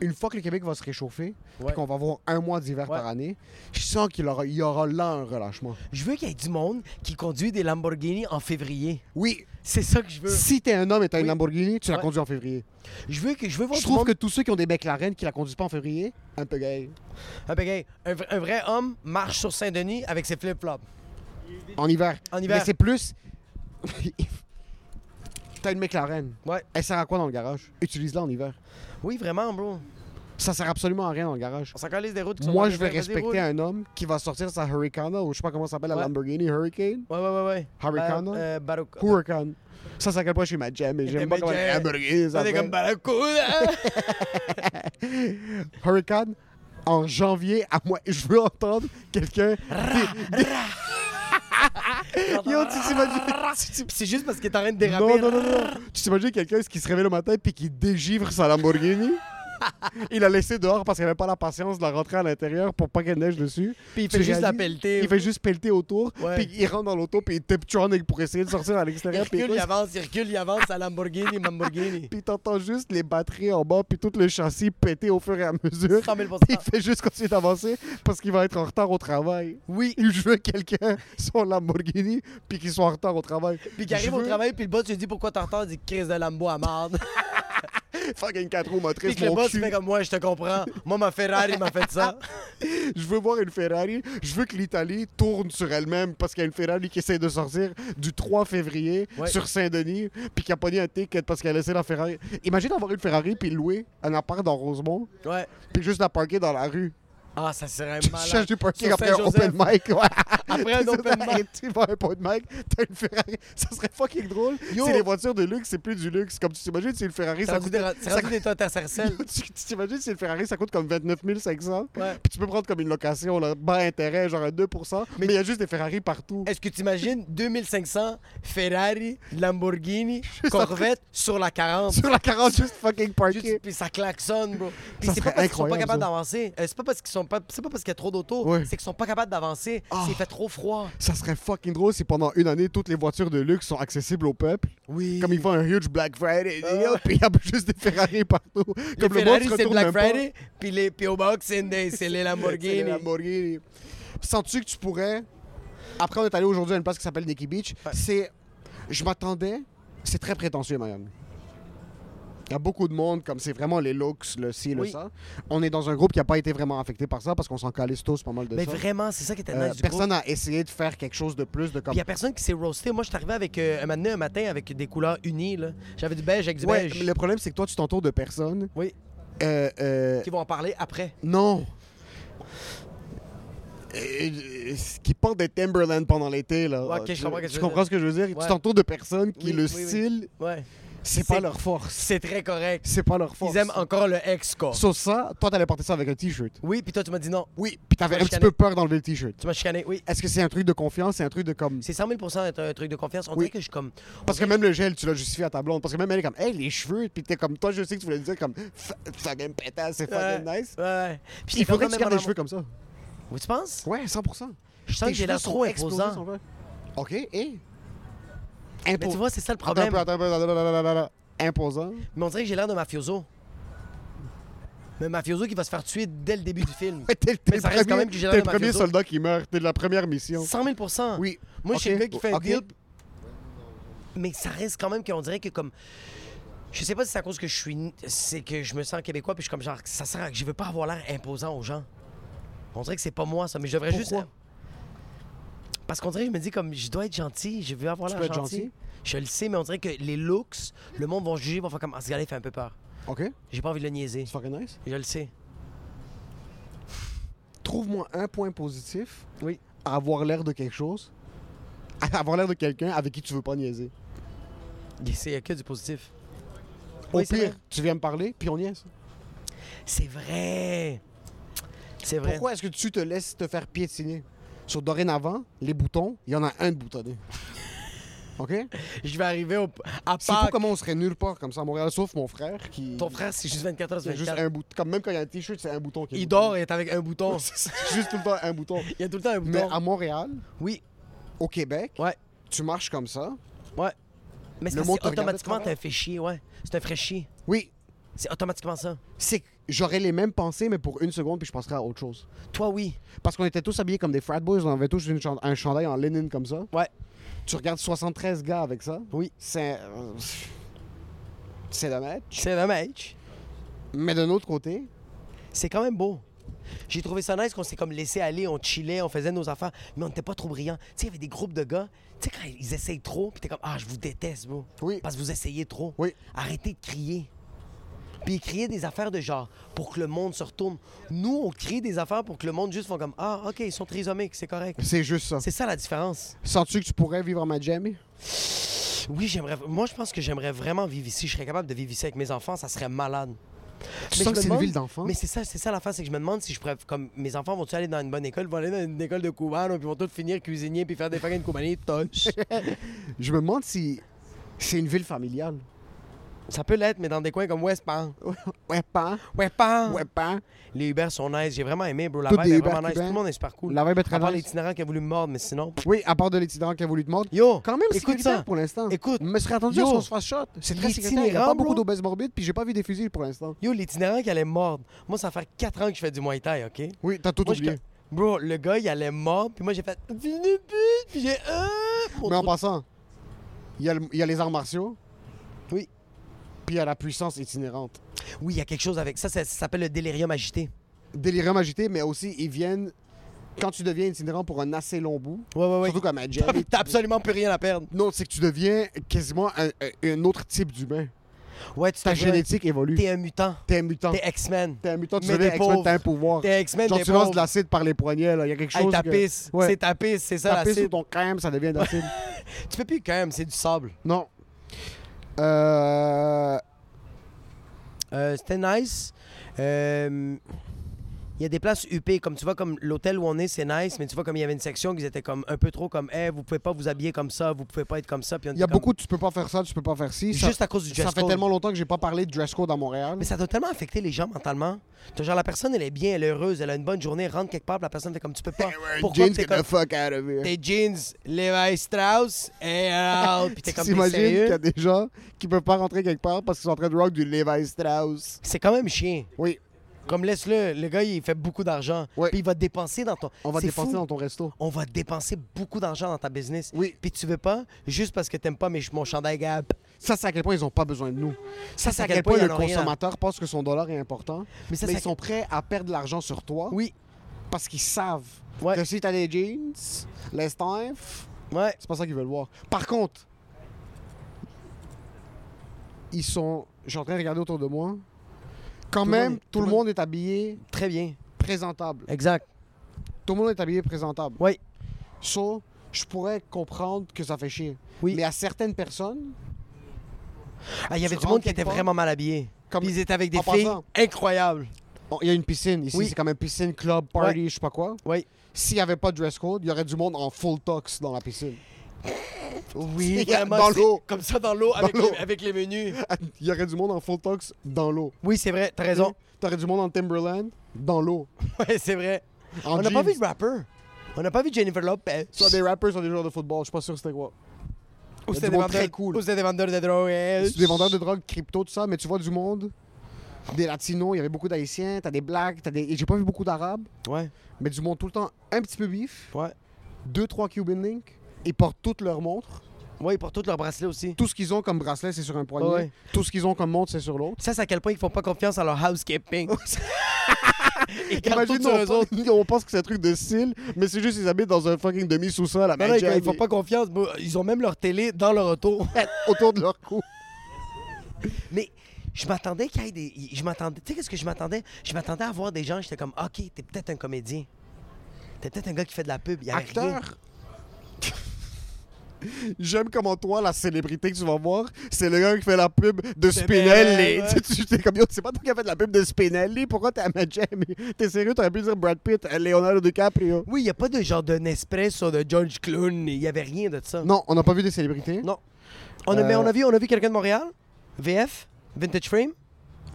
Speaker 4: Une fois que le Québec va se réchauffer, puis
Speaker 2: Ouais.
Speaker 4: qu'on va avoir un mois d'hiver
Speaker 2: Ouais.
Speaker 4: par année, je sens qu'il aura, il y aura là un relâchement.
Speaker 2: Je veux qu'il y ait du monde qui conduit des Lamborghini en février.
Speaker 4: Oui,
Speaker 2: C'est ça que je veux.
Speaker 4: si t'es un homme et t'as une
Speaker 2: Oui.
Speaker 4: Lamborghini, tu la
Speaker 2: Ouais.
Speaker 4: conduis en février.
Speaker 2: Je veux que je veux voir
Speaker 4: Je
Speaker 2: du
Speaker 4: trouve
Speaker 2: monde-
Speaker 4: que tous ceux qui ont des McLaren qui la conduisent pas en février, un peu gay.
Speaker 2: Ah, ben, gay, un, vrai- un vrai homme marche sur Saint-Denis avec ses flip-flops.
Speaker 4: En hiver.
Speaker 2: En hiver.
Speaker 4: Mais c'est plus. [laughs] t'as une McLaren.
Speaker 2: Ouais.
Speaker 4: Elle sert à quoi dans le garage Utilise-la en hiver.
Speaker 2: Oui, vraiment, bro.
Speaker 4: Ça sert absolument à rien dans le garage.
Speaker 2: On s'en calisse des routes. qui sont
Speaker 4: Moi,
Speaker 2: dans
Speaker 4: je
Speaker 2: les
Speaker 4: vais
Speaker 2: airs, vas-y, roule.
Speaker 4: respecter un homme qui va sortir sa Hurricane, ou je sais pas comment ça s'appelle, la
Speaker 2: Ouais.
Speaker 4: Lamborghini Hurricane.
Speaker 2: Ouais, ouais, ouais, ouais.
Speaker 4: Hurricane,
Speaker 2: Bar-
Speaker 4: hein?
Speaker 2: euh, Baroc-
Speaker 4: Hurricane. Ça, c'est à quel point je suis ma jam, mais j'aime pas
Speaker 2: ma
Speaker 4: comment les
Speaker 2: jam.
Speaker 4: Lamborghini
Speaker 2: Ça, c'est
Speaker 4: s'appellent.
Speaker 2: comme
Speaker 4: [laughs]
Speaker 2: Barracuda.
Speaker 4: Hurricane, en janvier, à moi, je veux entendre quelqu'un. [laughs] Yo, tu t'imagines.
Speaker 2: Puis c'est juste parce qu'il est en train de déraper.
Speaker 4: Non, non, non, non. Tu t'imagines quelqu'un qui se réveille le matin puis qui dégivre sa Lamborghini?
Speaker 2: [laughs]
Speaker 4: Il l'a laissé dehors parce qu'il n'avait pas la patience de la rentrer à l'intérieur pour pas qu'elle neige dessus.
Speaker 2: Puis il
Speaker 4: Tu
Speaker 2: fait juste
Speaker 4: réalises-
Speaker 2: la pelleter.
Speaker 4: Il fait juste pelleter autour,
Speaker 2: Ouais.
Speaker 4: puis il rentre dans l'auto, puis il tip tronic pour essayer de sortir à
Speaker 2: Il
Speaker 4: l'extérieur. Puis
Speaker 2: recule, il
Speaker 4: écoute,
Speaker 2: avance, il recule, il avance à Lamborghini, Lamborghini.
Speaker 4: puis t'entends juste les batteries en bas, puis tout le châssis péter au fur et à mesure. [laughs]
Speaker 2: 100 000
Speaker 4: Puis [laughs] il fait juste continuer d'avancer parce qu'il va être en retard au travail.
Speaker 2: Oui.
Speaker 4: Il veut quelqu'un, son Lamborghini, puis qu'il soit en retard au travail.
Speaker 2: Puis qu'il arrive
Speaker 4: Je
Speaker 2: au
Speaker 4: veux-
Speaker 2: travail, puis le boss lui dit pourquoi t'entends des crises de Lambo à marde.
Speaker 4: Fucking 4 roues
Speaker 2: [laughs] Puis
Speaker 4: motrices,
Speaker 2: que le
Speaker 4: mon
Speaker 2: boss
Speaker 4: cul.
Speaker 2: fait comme moi, je te comprends. Moi, ma Ferrari m'a fait
Speaker 4: [laughs]
Speaker 2: ça.
Speaker 4: Je veux voir une Ferrari. Je veux que l'Italie tourne sur elle-même parce qu'il y a une Ferrari qui essaie de sortir du 3 février
Speaker 2: Ouais.
Speaker 4: sur Saint-Denis puis qui a pogné un ticket parce qu'elle a laissé la Ferrari. Imagine avoir une Ferrari puis louer un appart dans Rosemont
Speaker 2: Ouais.
Speaker 4: puis juste la parquer dans la rue.
Speaker 2: Ah, ça serait
Speaker 4: Tu
Speaker 2: malade.
Speaker 4: cherches du parking
Speaker 2: Sur
Speaker 4: après un
Speaker 2: Saint-Joseph.
Speaker 4: open mic. ouais. [laughs]
Speaker 2: Après [laughs] un
Speaker 4: Tu
Speaker 2: open mic.
Speaker 4: t'arrêtes, Tu vas à un open mic, t'as une Ferrari. Ça serait fucking drôle.
Speaker 2: Yo.
Speaker 4: C'est les voitures de luxe, c'est plus du luxe. Comme tu t'imagines, c'est une Ferrari,
Speaker 2: Ça
Speaker 4: ça
Speaker 2: rendu
Speaker 4: coûte
Speaker 2: des, c'est rendu des toits à sarcelles.
Speaker 4: Yo, [laughs] tu tu t'imagines si le Ferrari ça coûte comme 29 500
Speaker 2: Ouais.
Speaker 4: puis tu peux prendre comme une location là, bas intérêt genre à 2% mais il y a juste des Ferrari partout
Speaker 2: Est-ce que tu imagines 2500 Ferrari, Lamborghini, Corvette sur la
Speaker 4: [laughs]
Speaker 2: 40?
Speaker 4: [laughs] sur la 40 juste fucking
Speaker 2: Juste,
Speaker 4: parké
Speaker 2: puis ça klaxonne, bro. Puis
Speaker 4: Ça
Speaker 2: c'est pas parce qu'ils sont
Speaker 4: serait
Speaker 2: pas
Speaker 4: incroyable,
Speaker 2: capables
Speaker 4: ça.
Speaker 2: d'avancer. Euh, c'est pas parce qu'ils sont pas. C'est pas parce qu'il y a trop d'autos.
Speaker 4: Ouais.
Speaker 2: C'est qu'ils sont pas capables d'avancer.
Speaker 4: Ah.
Speaker 2: C'est fait trop froid.
Speaker 4: ça serait fucking drôle si pendant une année toutes les voitures de luxe sont accessibles au peuple
Speaker 2: Oui.
Speaker 4: comme ils font un huge Black Friday
Speaker 2: Ah.
Speaker 4: deal, [laughs] puis il y a juste des Ferrari partout comme
Speaker 2: les
Speaker 4: le monde
Speaker 2: Ferrari,
Speaker 4: se
Speaker 2: c'est
Speaker 4: retourne
Speaker 2: Black
Speaker 4: même pas.
Speaker 2: Friday. Puis les puis au box, c'est des- c'est les
Speaker 4: [laughs] C'est les
Speaker 2: Lamborghini.
Speaker 4: Lamborghini. Sens-tu que tu pourrais. Après, on est allé aujourd'hui à une place qui s'appelle Nikki Beach. C'est. Je m'attendais. C'est très prétentieux, Miami. Il y a beaucoup de monde, comme c'est vraiment les looks, le ci, le
Speaker 2: Oui.
Speaker 4: ça. On est dans un groupe qui n'a pas été vraiment affecté par ça parce qu'on s'en calisse tous pas mal de
Speaker 2: Mais
Speaker 4: ça.
Speaker 2: vraiment, c'est ça qui était
Speaker 4: Euh,
Speaker 2: nice du groupe.
Speaker 4: personne n'a essayé de faire quelque chose de plus de comme.
Speaker 2: Il y a personne qui s'est roasté. Moi, je suis arrivé avec euh, un matin, un matin avec des couleurs unies. là. J'avais du beige avec du
Speaker 4: Ouais,
Speaker 2: beige.
Speaker 4: mais le problème, c'est que toi, tu t'entoures de personnes.
Speaker 2: Oui,
Speaker 4: euh, euh,
Speaker 2: qui vont en parler après.
Speaker 4: Non. Euh, euh, qui portent des Timberland pendant l'été, là.
Speaker 2: Ouais, ok, je
Speaker 4: Tu-
Speaker 2: comprends ce que
Speaker 4: tu
Speaker 2: tu veux
Speaker 4: comprends ce que je veux dire?
Speaker 2: Ouais.
Speaker 4: Tu t'entoures de personnes qui,
Speaker 2: Oui,
Speaker 4: le
Speaker 2: oui, oui.
Speaker 4: style,
Speaker 2: Ouais.
Speaker 4: c'est pas
Speaker 2: C'est-
Speaker 4: leur force.
Speaker 2: C'est très correct.
Speaker 4: C'est pas leur force.
Speaker 2: Ils aiment encore le ex quoi.
Speaker 4: Sauf ça, toi, t'allais porter ça avec un T-shirt.
Speaker 2: Oui, puis toi, tu m'as dit non.
Speaker 4: Oui, puis t'avais
Speaker 2: Moi,
Speaker 4: un
Speaker 2: je
Speaker 4: petit
Speaker 2: connais.
Speaker 4: peu peur d'enlever le T-shirt.
Speaker 2: Tu m'as chicané. Oui.
Speaker 4: Est-ce que c'est un truc de confiance? C'est un truc de comme...
Speaker 2: C'est 100 000 être un truc de confiance. On
Speaker 4: Oui.
Speaker 2: dirait que je suis comme.
Speaker 4: Parce que même le gel, tu l'as justifié à ta blonde. Parce que même elle est comme, hey, les cheveux. Puis t'es comme, toi, je sais que tu voulais dire comme, F- fucking pétasse, c'est fucking
Speaker 2: Ouais,
Speaker 4: nice.
Speaker 2: Ouais, ouais. Puis
Speaker 4: Il
Speaker 2: j'étais
Speaker 4: faudrait que
Speaker 2: content même
Speaker 4: tu gardes les
Speaker 2: en
Speaker 4: cheveux comme ça.
Speaker 2: amour. Oui, tu penses?
Speaker 4: Ouais, 100%.
Speaker 2: Je sens
Speaker 4: Tes
Speaker 2: que j'ai
Speaker 4: cheveux
Speaker 2: l'air
Speaker 4: sont
Speaker 2: trop
Speaker 4: explosés,
Speaker 2: imposant.
Speaker 4: sont verts. OK, et...
Speaker 2: Mais tu vois, c'est ça le
Speaker 4: Attends un
Speaker 2: problème.
Speaker 4: peu, attends un peu, attends, attends, attends, attends, attends. [laughs] Imposant.
Speaker 2: Mais on dirait que j'ai l'air de mafioso. Mais mafioso qui va se faire tuer dès le début du film.
Speaker 4: Ouais, T'es t'es
Speaker 2: Mais
Speaker 4: le
Speaker 2: ça reste quand
Speaker 4: premier,
Speaker 2: même que j'ai l'air
Speaker 4: t'es le
Speaker 2: de
Speaker 4: premier
Speaker 2: mafioso.
Speaker 4: soldat qui meurt. T'es de la première mission.
Speaker 2: 100 000
Speaker 4: Oui.
Speaker 2: Moi, je suis
Speaker 4: Ok.
Speaker 2: le gars qui fait
Speaker 4: Ok.
Speaker 2: un deal. Mais ça reste quand même qu'on dirait que comme. Je sais pas si c'est à cause que je suis. C'est que je me sens québécois, puis je suis comme genre. Ça sert à que je veux pas avoir l'air imposant aux gens. On dirait que c'est pas moi, ça, mais je devrais juste.
Speaker 4: Pourquoi?
Speaker 2: Parce qu'on dirait que je me dis comme. Je dois être gentil, je veux avoir
Speaker 4: Tu
Speaker 2: l'air
Speaker 4: peux être
Speaker 2: gentil.
Speaker 4: gentil.
Speaker 2: Je le sais, mais on dirait que les looks, le monde va juger, va faire comme. Ah, ce gars-là, il fait un peu peur.
Speaker 4: OK,
Speaker 2: J'ai pas envie de le niaiser.
Speaker 4: c'est fucking nice.
Speaker 2: Je le sais.
Speaker 4: Trouve-moi un point positif
Speaker 2: Oui.
Speaker 4: à avoir l'air de quelque chose, à avoir l'air de quelqu'un avec qui tu veux pas niaiser.
Speaker 2: Il y a que du positif.
Speaker 4: Au
Speaker 2: Oui, c'est
Speaker 4: pire,
Speaker 2: vrai.
Speaker 4: tu viens me parler, puis on niaise.
Speaker 2: C'est vrai. C'est vrai.
Speaker 4: Pourquoi est-ce que tu te laisses te faire piétiner? Sur dorénavant, les boutons, il y en a un
Speaker 2: [laughs]
Speaker 4: de boutonné. OK?
Speaker 2: Je vais arriver au, à
Speaker 4: C'est pas
Speaker 2: Pâques.
Speaker 4: comment on serait nulle part comme ça à Montréal, sauf mon frère qui...
Speaker 2: Ton frère, c'est juste 24 heures
Speaker 4: Il y
Speaker 2: sur
Speaker 4: a juste
Speaker 2: 24.
Speaker 4: un bouton. Comme même quand il y a un t-shirt, c'est un bouton qui est
Speaker 2: Il
Speaker 4: boutonné.
Speaker 2: dort et est avec un [laughs] bouton.
Speaker 4: C'est [laughs] juste tout le temps un bouton.
Speaker 2: [laughs] Il y a tout le temps un
Speaker 4: Mais
Speaker 2: bouton.
Speaker 4: à Montréal,
Speaker 2: Oui,
Speaker 4: au Québec,
Speaker 2: ouais,
Speaker 4: tu marches comme ça.
Speaker 2: ouais. Mais
Speaker 4: Le
Speaker 2: c'est parce
Speaker 4: monde te
Speaker 2: que
Speaker 4: regarde de
Speaker 2: automatiquement, t'as
Speaker 4: travers.
Speaker 2: fait chier, ouais. C'est un vrai chier.
Speaker 4: Oui,
Speaker 2: C'est automatiquement ça.
Speaker 4: c'est que j'aurais les mêmes pensées, mais pour une seconde, puis je penserais à autre chose.
Speaker 2: Toi, oui.
Speaker 4: Parce qu'on était tous habillés comme des frat boys, on avait tous une chan- un chandail en Lenin comme ça.
Speaker 2: Ouais.
Speaker 4: Tu regardes 73 gars avec ça.
Speaker 2: Oui.
Speaker 4: C'est... euh, C'est dommage.
Speaker 2: C'est dommage.
Speaker 4: Mais d'un autre côté,
Speaker 2: C'est quand même beau. J'ai trouvé ça nice qu'on s'est comme laissé aller, on chillait, on faisait nos affaires, mais on n'était pas trop brillants. Tu sais, il y avait des groupes de gars, tu sais, quand ils essayent trop, puis t'es comme, ah, je vous déteste, bro.
Speaker 4: Oui.
Speaker 2: Parce que vous essayez trop.
Speaker 4: Oui.
Speaker 2: Arrêtez de crier. Puis ils criaient des affaires de genre pour que le monde se retourne. Nous, on crie des affaires pour que le monde juste font comme, ah, OK, ils sont trisomiques, c'est correct.
Speaker 4: c'est juste ça.
Speaker 2: C'est ça la différence.
Speaker 4: Sens-tu que tu pourrais vivre en Miami?
Speaker 2: Oui, j'aimerais. Moi, je pense que j'aimerais vraiment vivre ici. Je serais capable de vivre ici avec mes enfants. Ça serait malade.
Speaker 4: Tu
Speaker 2: Mais je
Speaker 4: sens que
Speaker 2: me
Speaker 4: c'est une
Speaker 2: demande-
Speaker 4: ville d'enfants?
Speaker 2: Mais c'est ça, c'est ça la fin, c'est que je me demande si je pourrais. Comme mes enfants vont-ils aller dans une bonne école? Ils vont aller dans une école de cubano, puis ils vont tous finir cuisinier, puis faire des fucking cubanis
Speaker 4: [laughs]
Speaker 2: touch.
Speaker 4: Je me demande si c'est une ville familiale.
Speaker 2: ça peut l'être, mais dans des coins comme West Palm.
Speaker 4: Ouais, pas.
Speaker 2: West Palm!
Speaker 4: Ouais, pas.
Speaker 2: Les Uber sont nice. J'ai vraiment aimé, bro. La
Speaker 4: Toutes
Speaker 2: vibe
Speaker 4: des
Speaker 2: est
Speaker 4: Uber
Speaker 2: vraiment nice. Tout
Speaker 4: cubains.
Speaker 2: le monde est super cool.
Speaker 4: La vibe est très
Speaker 2: À part
Speaker 4: nice.
Speaker 2: l'itinérant qui a voulu me mordre, mais sinon.
Speaker 4: Oui, à part de l'itinérant qui a voulu te mordre.
Speaker 2: Yo!
Speaker 4: Quand même
Speaker 2: écoute
Speaker 4: sécuritaire
Speaker 2: ça.
Speaker 4: pour l'instant.
Speaker 2: Écoute.
Speaker 4: Je me serais attendu
Speaker 2: Yo.
Speaker 4: à ce qu'on se fasse shot. C'est très sécuritaire. Il n'y a
Speaker 2: L'itinérant,
Speaker 4: pas beaucoup
Speaker 2: bro.
Speaker 4: d'obèses morbides, puis j'ai pas vu des fusils pour l'instant.
Speaker 2: Yo, l'itinérant qui allait me mordre. Moi, ça fait 4 ans que je fais du Muay Thai, OK?
Speaker 4: Oui, t'as tout
Speaker 2: Moi,
Speaker 4: oublié.
Speaker 2: je- Bro, le gars, il allait mort, puis moi, j'ai fait Venez pute, puis j'ai Ah! Mon
Speaker 4: Mais en
Speaker 2: trou-
Speaker 4: passant, il y, a le- il y a les arts martiaux.
Speaker 2: Oui.
Speaker 4: Puis puis à la puissance itinérante.
Speaker 2: Oui, il y a quelque chose avec ça. Ça, ça s'appelle le délirium agité.
Speaker 4: Délirium agité, mais aussi, ils viennent. Quand tu deviens itinérant pour un assez long bout,
Speaker 2: Ouais, ouais, ouais.
Speaker 4: surtout comme à
Speaker 2: T'as-
Speaker 4: Jerry,
Speaker 2: T'as absolument plus rien à perdre.
Speaker 4: non, c'est que tu deviens quasiment un, un- un autre type d'humain.
Speaker 2: Ouais, tu
Speaker 4: Ta
Speaker 2: t'as
Speaker 4: génétique évolue.
Speaker 2: T'es un mutant.
Speaker 4: T'es un mutant.
Speaker 2: T'es X-Men.
Speaker 4: T'es un mutant, tu
Speaker 2: Mais
Speaker 4: deviens
Speaker 2: des
Speaker 4: X-Men,
Speaker 2: pauvres.
Speaker 4: t'as un pouvoir.
Speaker 2: T'es X-Men.
Speaker 4: Genre,
Speaker 2: t'es
Speaker 4: tu lances
Speaker 2: pauvre.
Speaker 4: de l'acide par les poignets, là. Il y a quelque
Speaker 2: Hey,
Speaker 4: chose.
Speaker 2: ta
Speaker 4: que-
Speaker 2: pisse.
Speaker 4: Ouais.
Speaker 2: C'est ta pisse, c'est ça
Speaker 4: Ta
Speaker 2: la
Speaker 4: pisse ou
Speaker 2: cible.
Speaker 4: ton crème, ça devient de
Speaker 2: [laughs]
Speaker 4: l'acide.
Speaker 2: Tu peux plus quand même, c'est du sable.
Speaker 4: non. Euh...
Speaker 2: Euh, C'était nice. Euh, Il y a des places UP, comme tu vois, comme l'hôtel où on est, c'est nice, mais tu vois, comme il y avait une section qui était comme un peu trop comme, eh, vous pouvez pas vous habiller comme ça, vous pouvez pas être comme ça. Puis on
Speaker 4: Il y a
Speaker 2: était comme,
Speaker 4: beaucoup de tu peux pas faire ça, tu peux pas faire ci. Ça,
Speaker 2: Juste à cause du dress
Speaker 4: ça fait
Speaker 2: code.
Speaker 4: tellement longtemps que j'ai pas parlé de dress code à Montréal.
Speaker 2: Mais ça doit tellement affecter les gens mentalement. T'as genre, la personne, elle est bien, elle est heureuse, elle a une bonne journée, rentre quelque part, puis la personne fait comme, tu peux pas. Pourquoi
Speaker 4: Jeans
Speaker 2: t'es
Speaker 4: get the
Speaker 2: comme,
Speaker 4: fuck out of here.
Speaker 2: tes jeans, Levi Strauss, et out. Puis t'es comme, t'es
Speaker 4: T'imagines qu'il y
Speaker 2: sérieux?
Speaker 4: a des gens qui peuvent pas rentrer quelque part parce qu'ils sont en train de rock du Levi Strauss.
Speaker 2: C'est quand même chiant.
Speaker 4: Oui,
Speaker 2: Comme laisse-le, le gars, il fait beaucoup d'argent.
Speaker 4: Ouais.
Speaker 2: Puis il va dépenser dans ton.
Speaker 4: on va
Speaker 2: C'est
Speaker 4: dépenser
Speaker 2: fou.
Speaker 4: dans ton resto.
Speaker 2: On va dépenser beaucoup d'argent dans ta business.
Speaker 4: Oui.
Speaker 2: Puis tu veux pas, juste parce que t'aimes pas mes- mon chandail Gap.
Speaker 4: Ça, c'est à quel point ils ont pas besoin de nous. Ça, c'est à quel,
Speaker 2: ils
Speaker 4: point,
Speaker 2: en
Speaker 4: le
Speaker 2: ont rien à-
Speaker 4: consommateur pense que son dollar est important.
Speaker 2: Mais
Speaker 4: Mais,
Speaker 2: ça, c'est à-
Speaker 4: ils sont prêts à perdre de l'argent sur toi
Speaker 2: Oui.
Speaker 4: parce qu'ils savent
Speaker 2: Ouais.
Speaker 4: que si t'as des jeans, les staffs,
Speaker 2: Ouais.
Speaker 4: C'est pas ça qu'ils veulent voir. Par contre, ils sont. Je suis en train de regarder autour de moi. Quand
Speaker 2: Tout le
Speaker 4: même,
Speaker 2: monde est-
Speaker 4: tout le monde est habillé
Speaker 2: Très bien.
Speaker 4: présentable.
Speaker 2: Exact.
Speaker 4: Tout le monde est habillé présentable.
Speaker 2: Oui.
Speaker 4: So, je pourrais comprendre que ça fait chier.
Speaker 2: Oui.
Speaker 4: Mais à certaines personnes,
Speaker 2: Ah, il y avait
Speaker 4: Tu
Speaker 2: du
Speaker 4: rentres
Speaker 2: monde qui
Speaker 4: quelque
Speaker 2: était
Speaker 4: part,
Speaker 2: vraiment mal habillé.
Speaker 4: comme-
Speaker 2: Puis ils étaient avec des
Speaker 4: en
Speaker 2: filles
Speaker 4: passant.
Speaker 2: incroyables.
Speaker 4: bon, il y a une piscine. Ici,
Speaker 2: Oui.
Speaker 4: c'est quand même piscine, club, party, je sais pas quoi.
Speaker 2: Oui.
Speaker 4: S'il n'y avait pas de dress code, il y aurait du monde en full tox dans la piscine.
Speaker 2: [laughs]
Speaker 4: [laughs]
Speaker 2: Oui,
Speaker 4: C'est-
Speaker 2: vraiment,
Speaker 4: dans
Speaker 2: c'est-
Speaker 4: l'eau.
Speaker 2: Comme ça, dans l'eau, avec,
Speaker 4: l'eau.
Speaker 2: les- avec les menus.
Speaker 4: il y aurait du monde en full tox dans l'eau.
Speaker 2: Oui, c'est vrai, t'as raison.
Speaker 4: T'aurais du monde en Timberland dans l'eau.
Speaker 2: [laughs] Ouais, c'est vrai.
Speaker 4: En
Speaker 2: On n'a pas
Speaker 4: jeans.
Speaker 2: vu de rapper. On n'a pas vu Jennifer Lopez.
Speaker 4: Soit des rappers, soit des joueurs de football. Je suis pas sûr c'était quoi.
Speaker 2: Ou
Speaker 4: y a
Speaker 2: c'était
Speaker 4: du
Speaker 2: des
Speaker 4: monde très
Speaker 2: vendeurs
Speaker 4: cool.
Speaker 2: Ou c'était des vendeurs de drogue.
Speaker 4: C'est des vendeurs de drogue, crypto, tout ça, mais tu vois du monde, des latinos, il y avait beaucoup d'haïtiens, t'as des blacks, t'as des. et J'ai pas vu beaucoup d'arabes,
Speaker 2: Ouais,
Speaker 4: mais du monde tout le temps un petit peu bif,
Speaker 2: ouais.
Speaker 4: deux, trois Cuban Link, ils portent toutes leurs montres.
Speaker 2: Ouais, ils portent tous leurs bracelets aussi.
Speaker 4: Tout ce qu'ils ont comme bracelet, c'est sur un poignet.
Speaker 2: Ouais.
Speaker 4: Tout ce qu'ils ont comme montre, c'est sur l'autre.
Speaker 2: Ça, c'est à quel point ils font pas confiance à leur housekeeping. [laughs] ils gardent tout
Speaker 4: Imagine,
Speaker 2: sur
Speaker 4: on,
Speaker 2: eux
Speaker 4: pense-
Speaker 2: autres.
Speaker 4: [laughs] on pense que c'est un truc de style, mais c'est juste qu'ils habitent dans un fucking demi-sous-sol à
Speaker 2: Non, non, ils,
Speaker 4: Miami,
Speaker 2: ils font pas confiance. Bon, Ils ont même leur télé dans leur auto.
Speaker 4: [laughs] autour de leur cou.
Speaker 2: [laughs] Mais je m'attendais qu'il y ait des. Je m'attendais. Tu sais, qu'est-ce que je m'attendais? Je m'attendais à voir des gens, j'étais comme, OK, t'es peut-être un comédien. T'es peut-être un gars qui fait de la pub. Il y avait rien.
Speaker 4: Acteur. [laughs] J'aime comment toi, la célébrité que tu vas voir, c'est le gars qui fait la pub de Spinelli.
Speaker 2: Spinelli, ouais.
Speaker 4: Tu- [laughs] tu t'es comme, yo, c'est pas toi qui as fait de la pub de Spinelli, pourquoi t'es à Miami? T'es sérieux, t'aurais pu dire Brad Pitt, euh, Leonardo DiCaprio.
Speaker 2: Oui, il n'y a pas de genre de Nespresso, de George Clooney. Il n'y avait rien de ça.
Speaker 4: Non, on n'a pas vu des célébrités.
Speaker 2: Non. On a,
Speaker 4: Euh,
Speaker 2: mais on a vu, on a vu quelqu'un de Montréal, VF, Vintage Frame.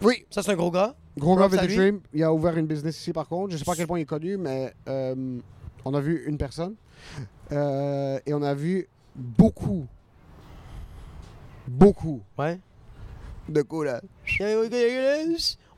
Speaker 4: Oui.
Speaker 2: Ça, c'est un gros gars.
Speaker 4: Gros gars
Speaker 2: Props à
Speaker 4: Vintage
Speaker 2: lui.
Speaker 4: Dream, il a ouvert une business ici par contre. Je sais pas à quel point il est connu, mais euh, on a vu une personne. Euh, et on a vu beaucoup, beaucoup
Speaker 2: Ouais.
Speaker 4: de couleurs.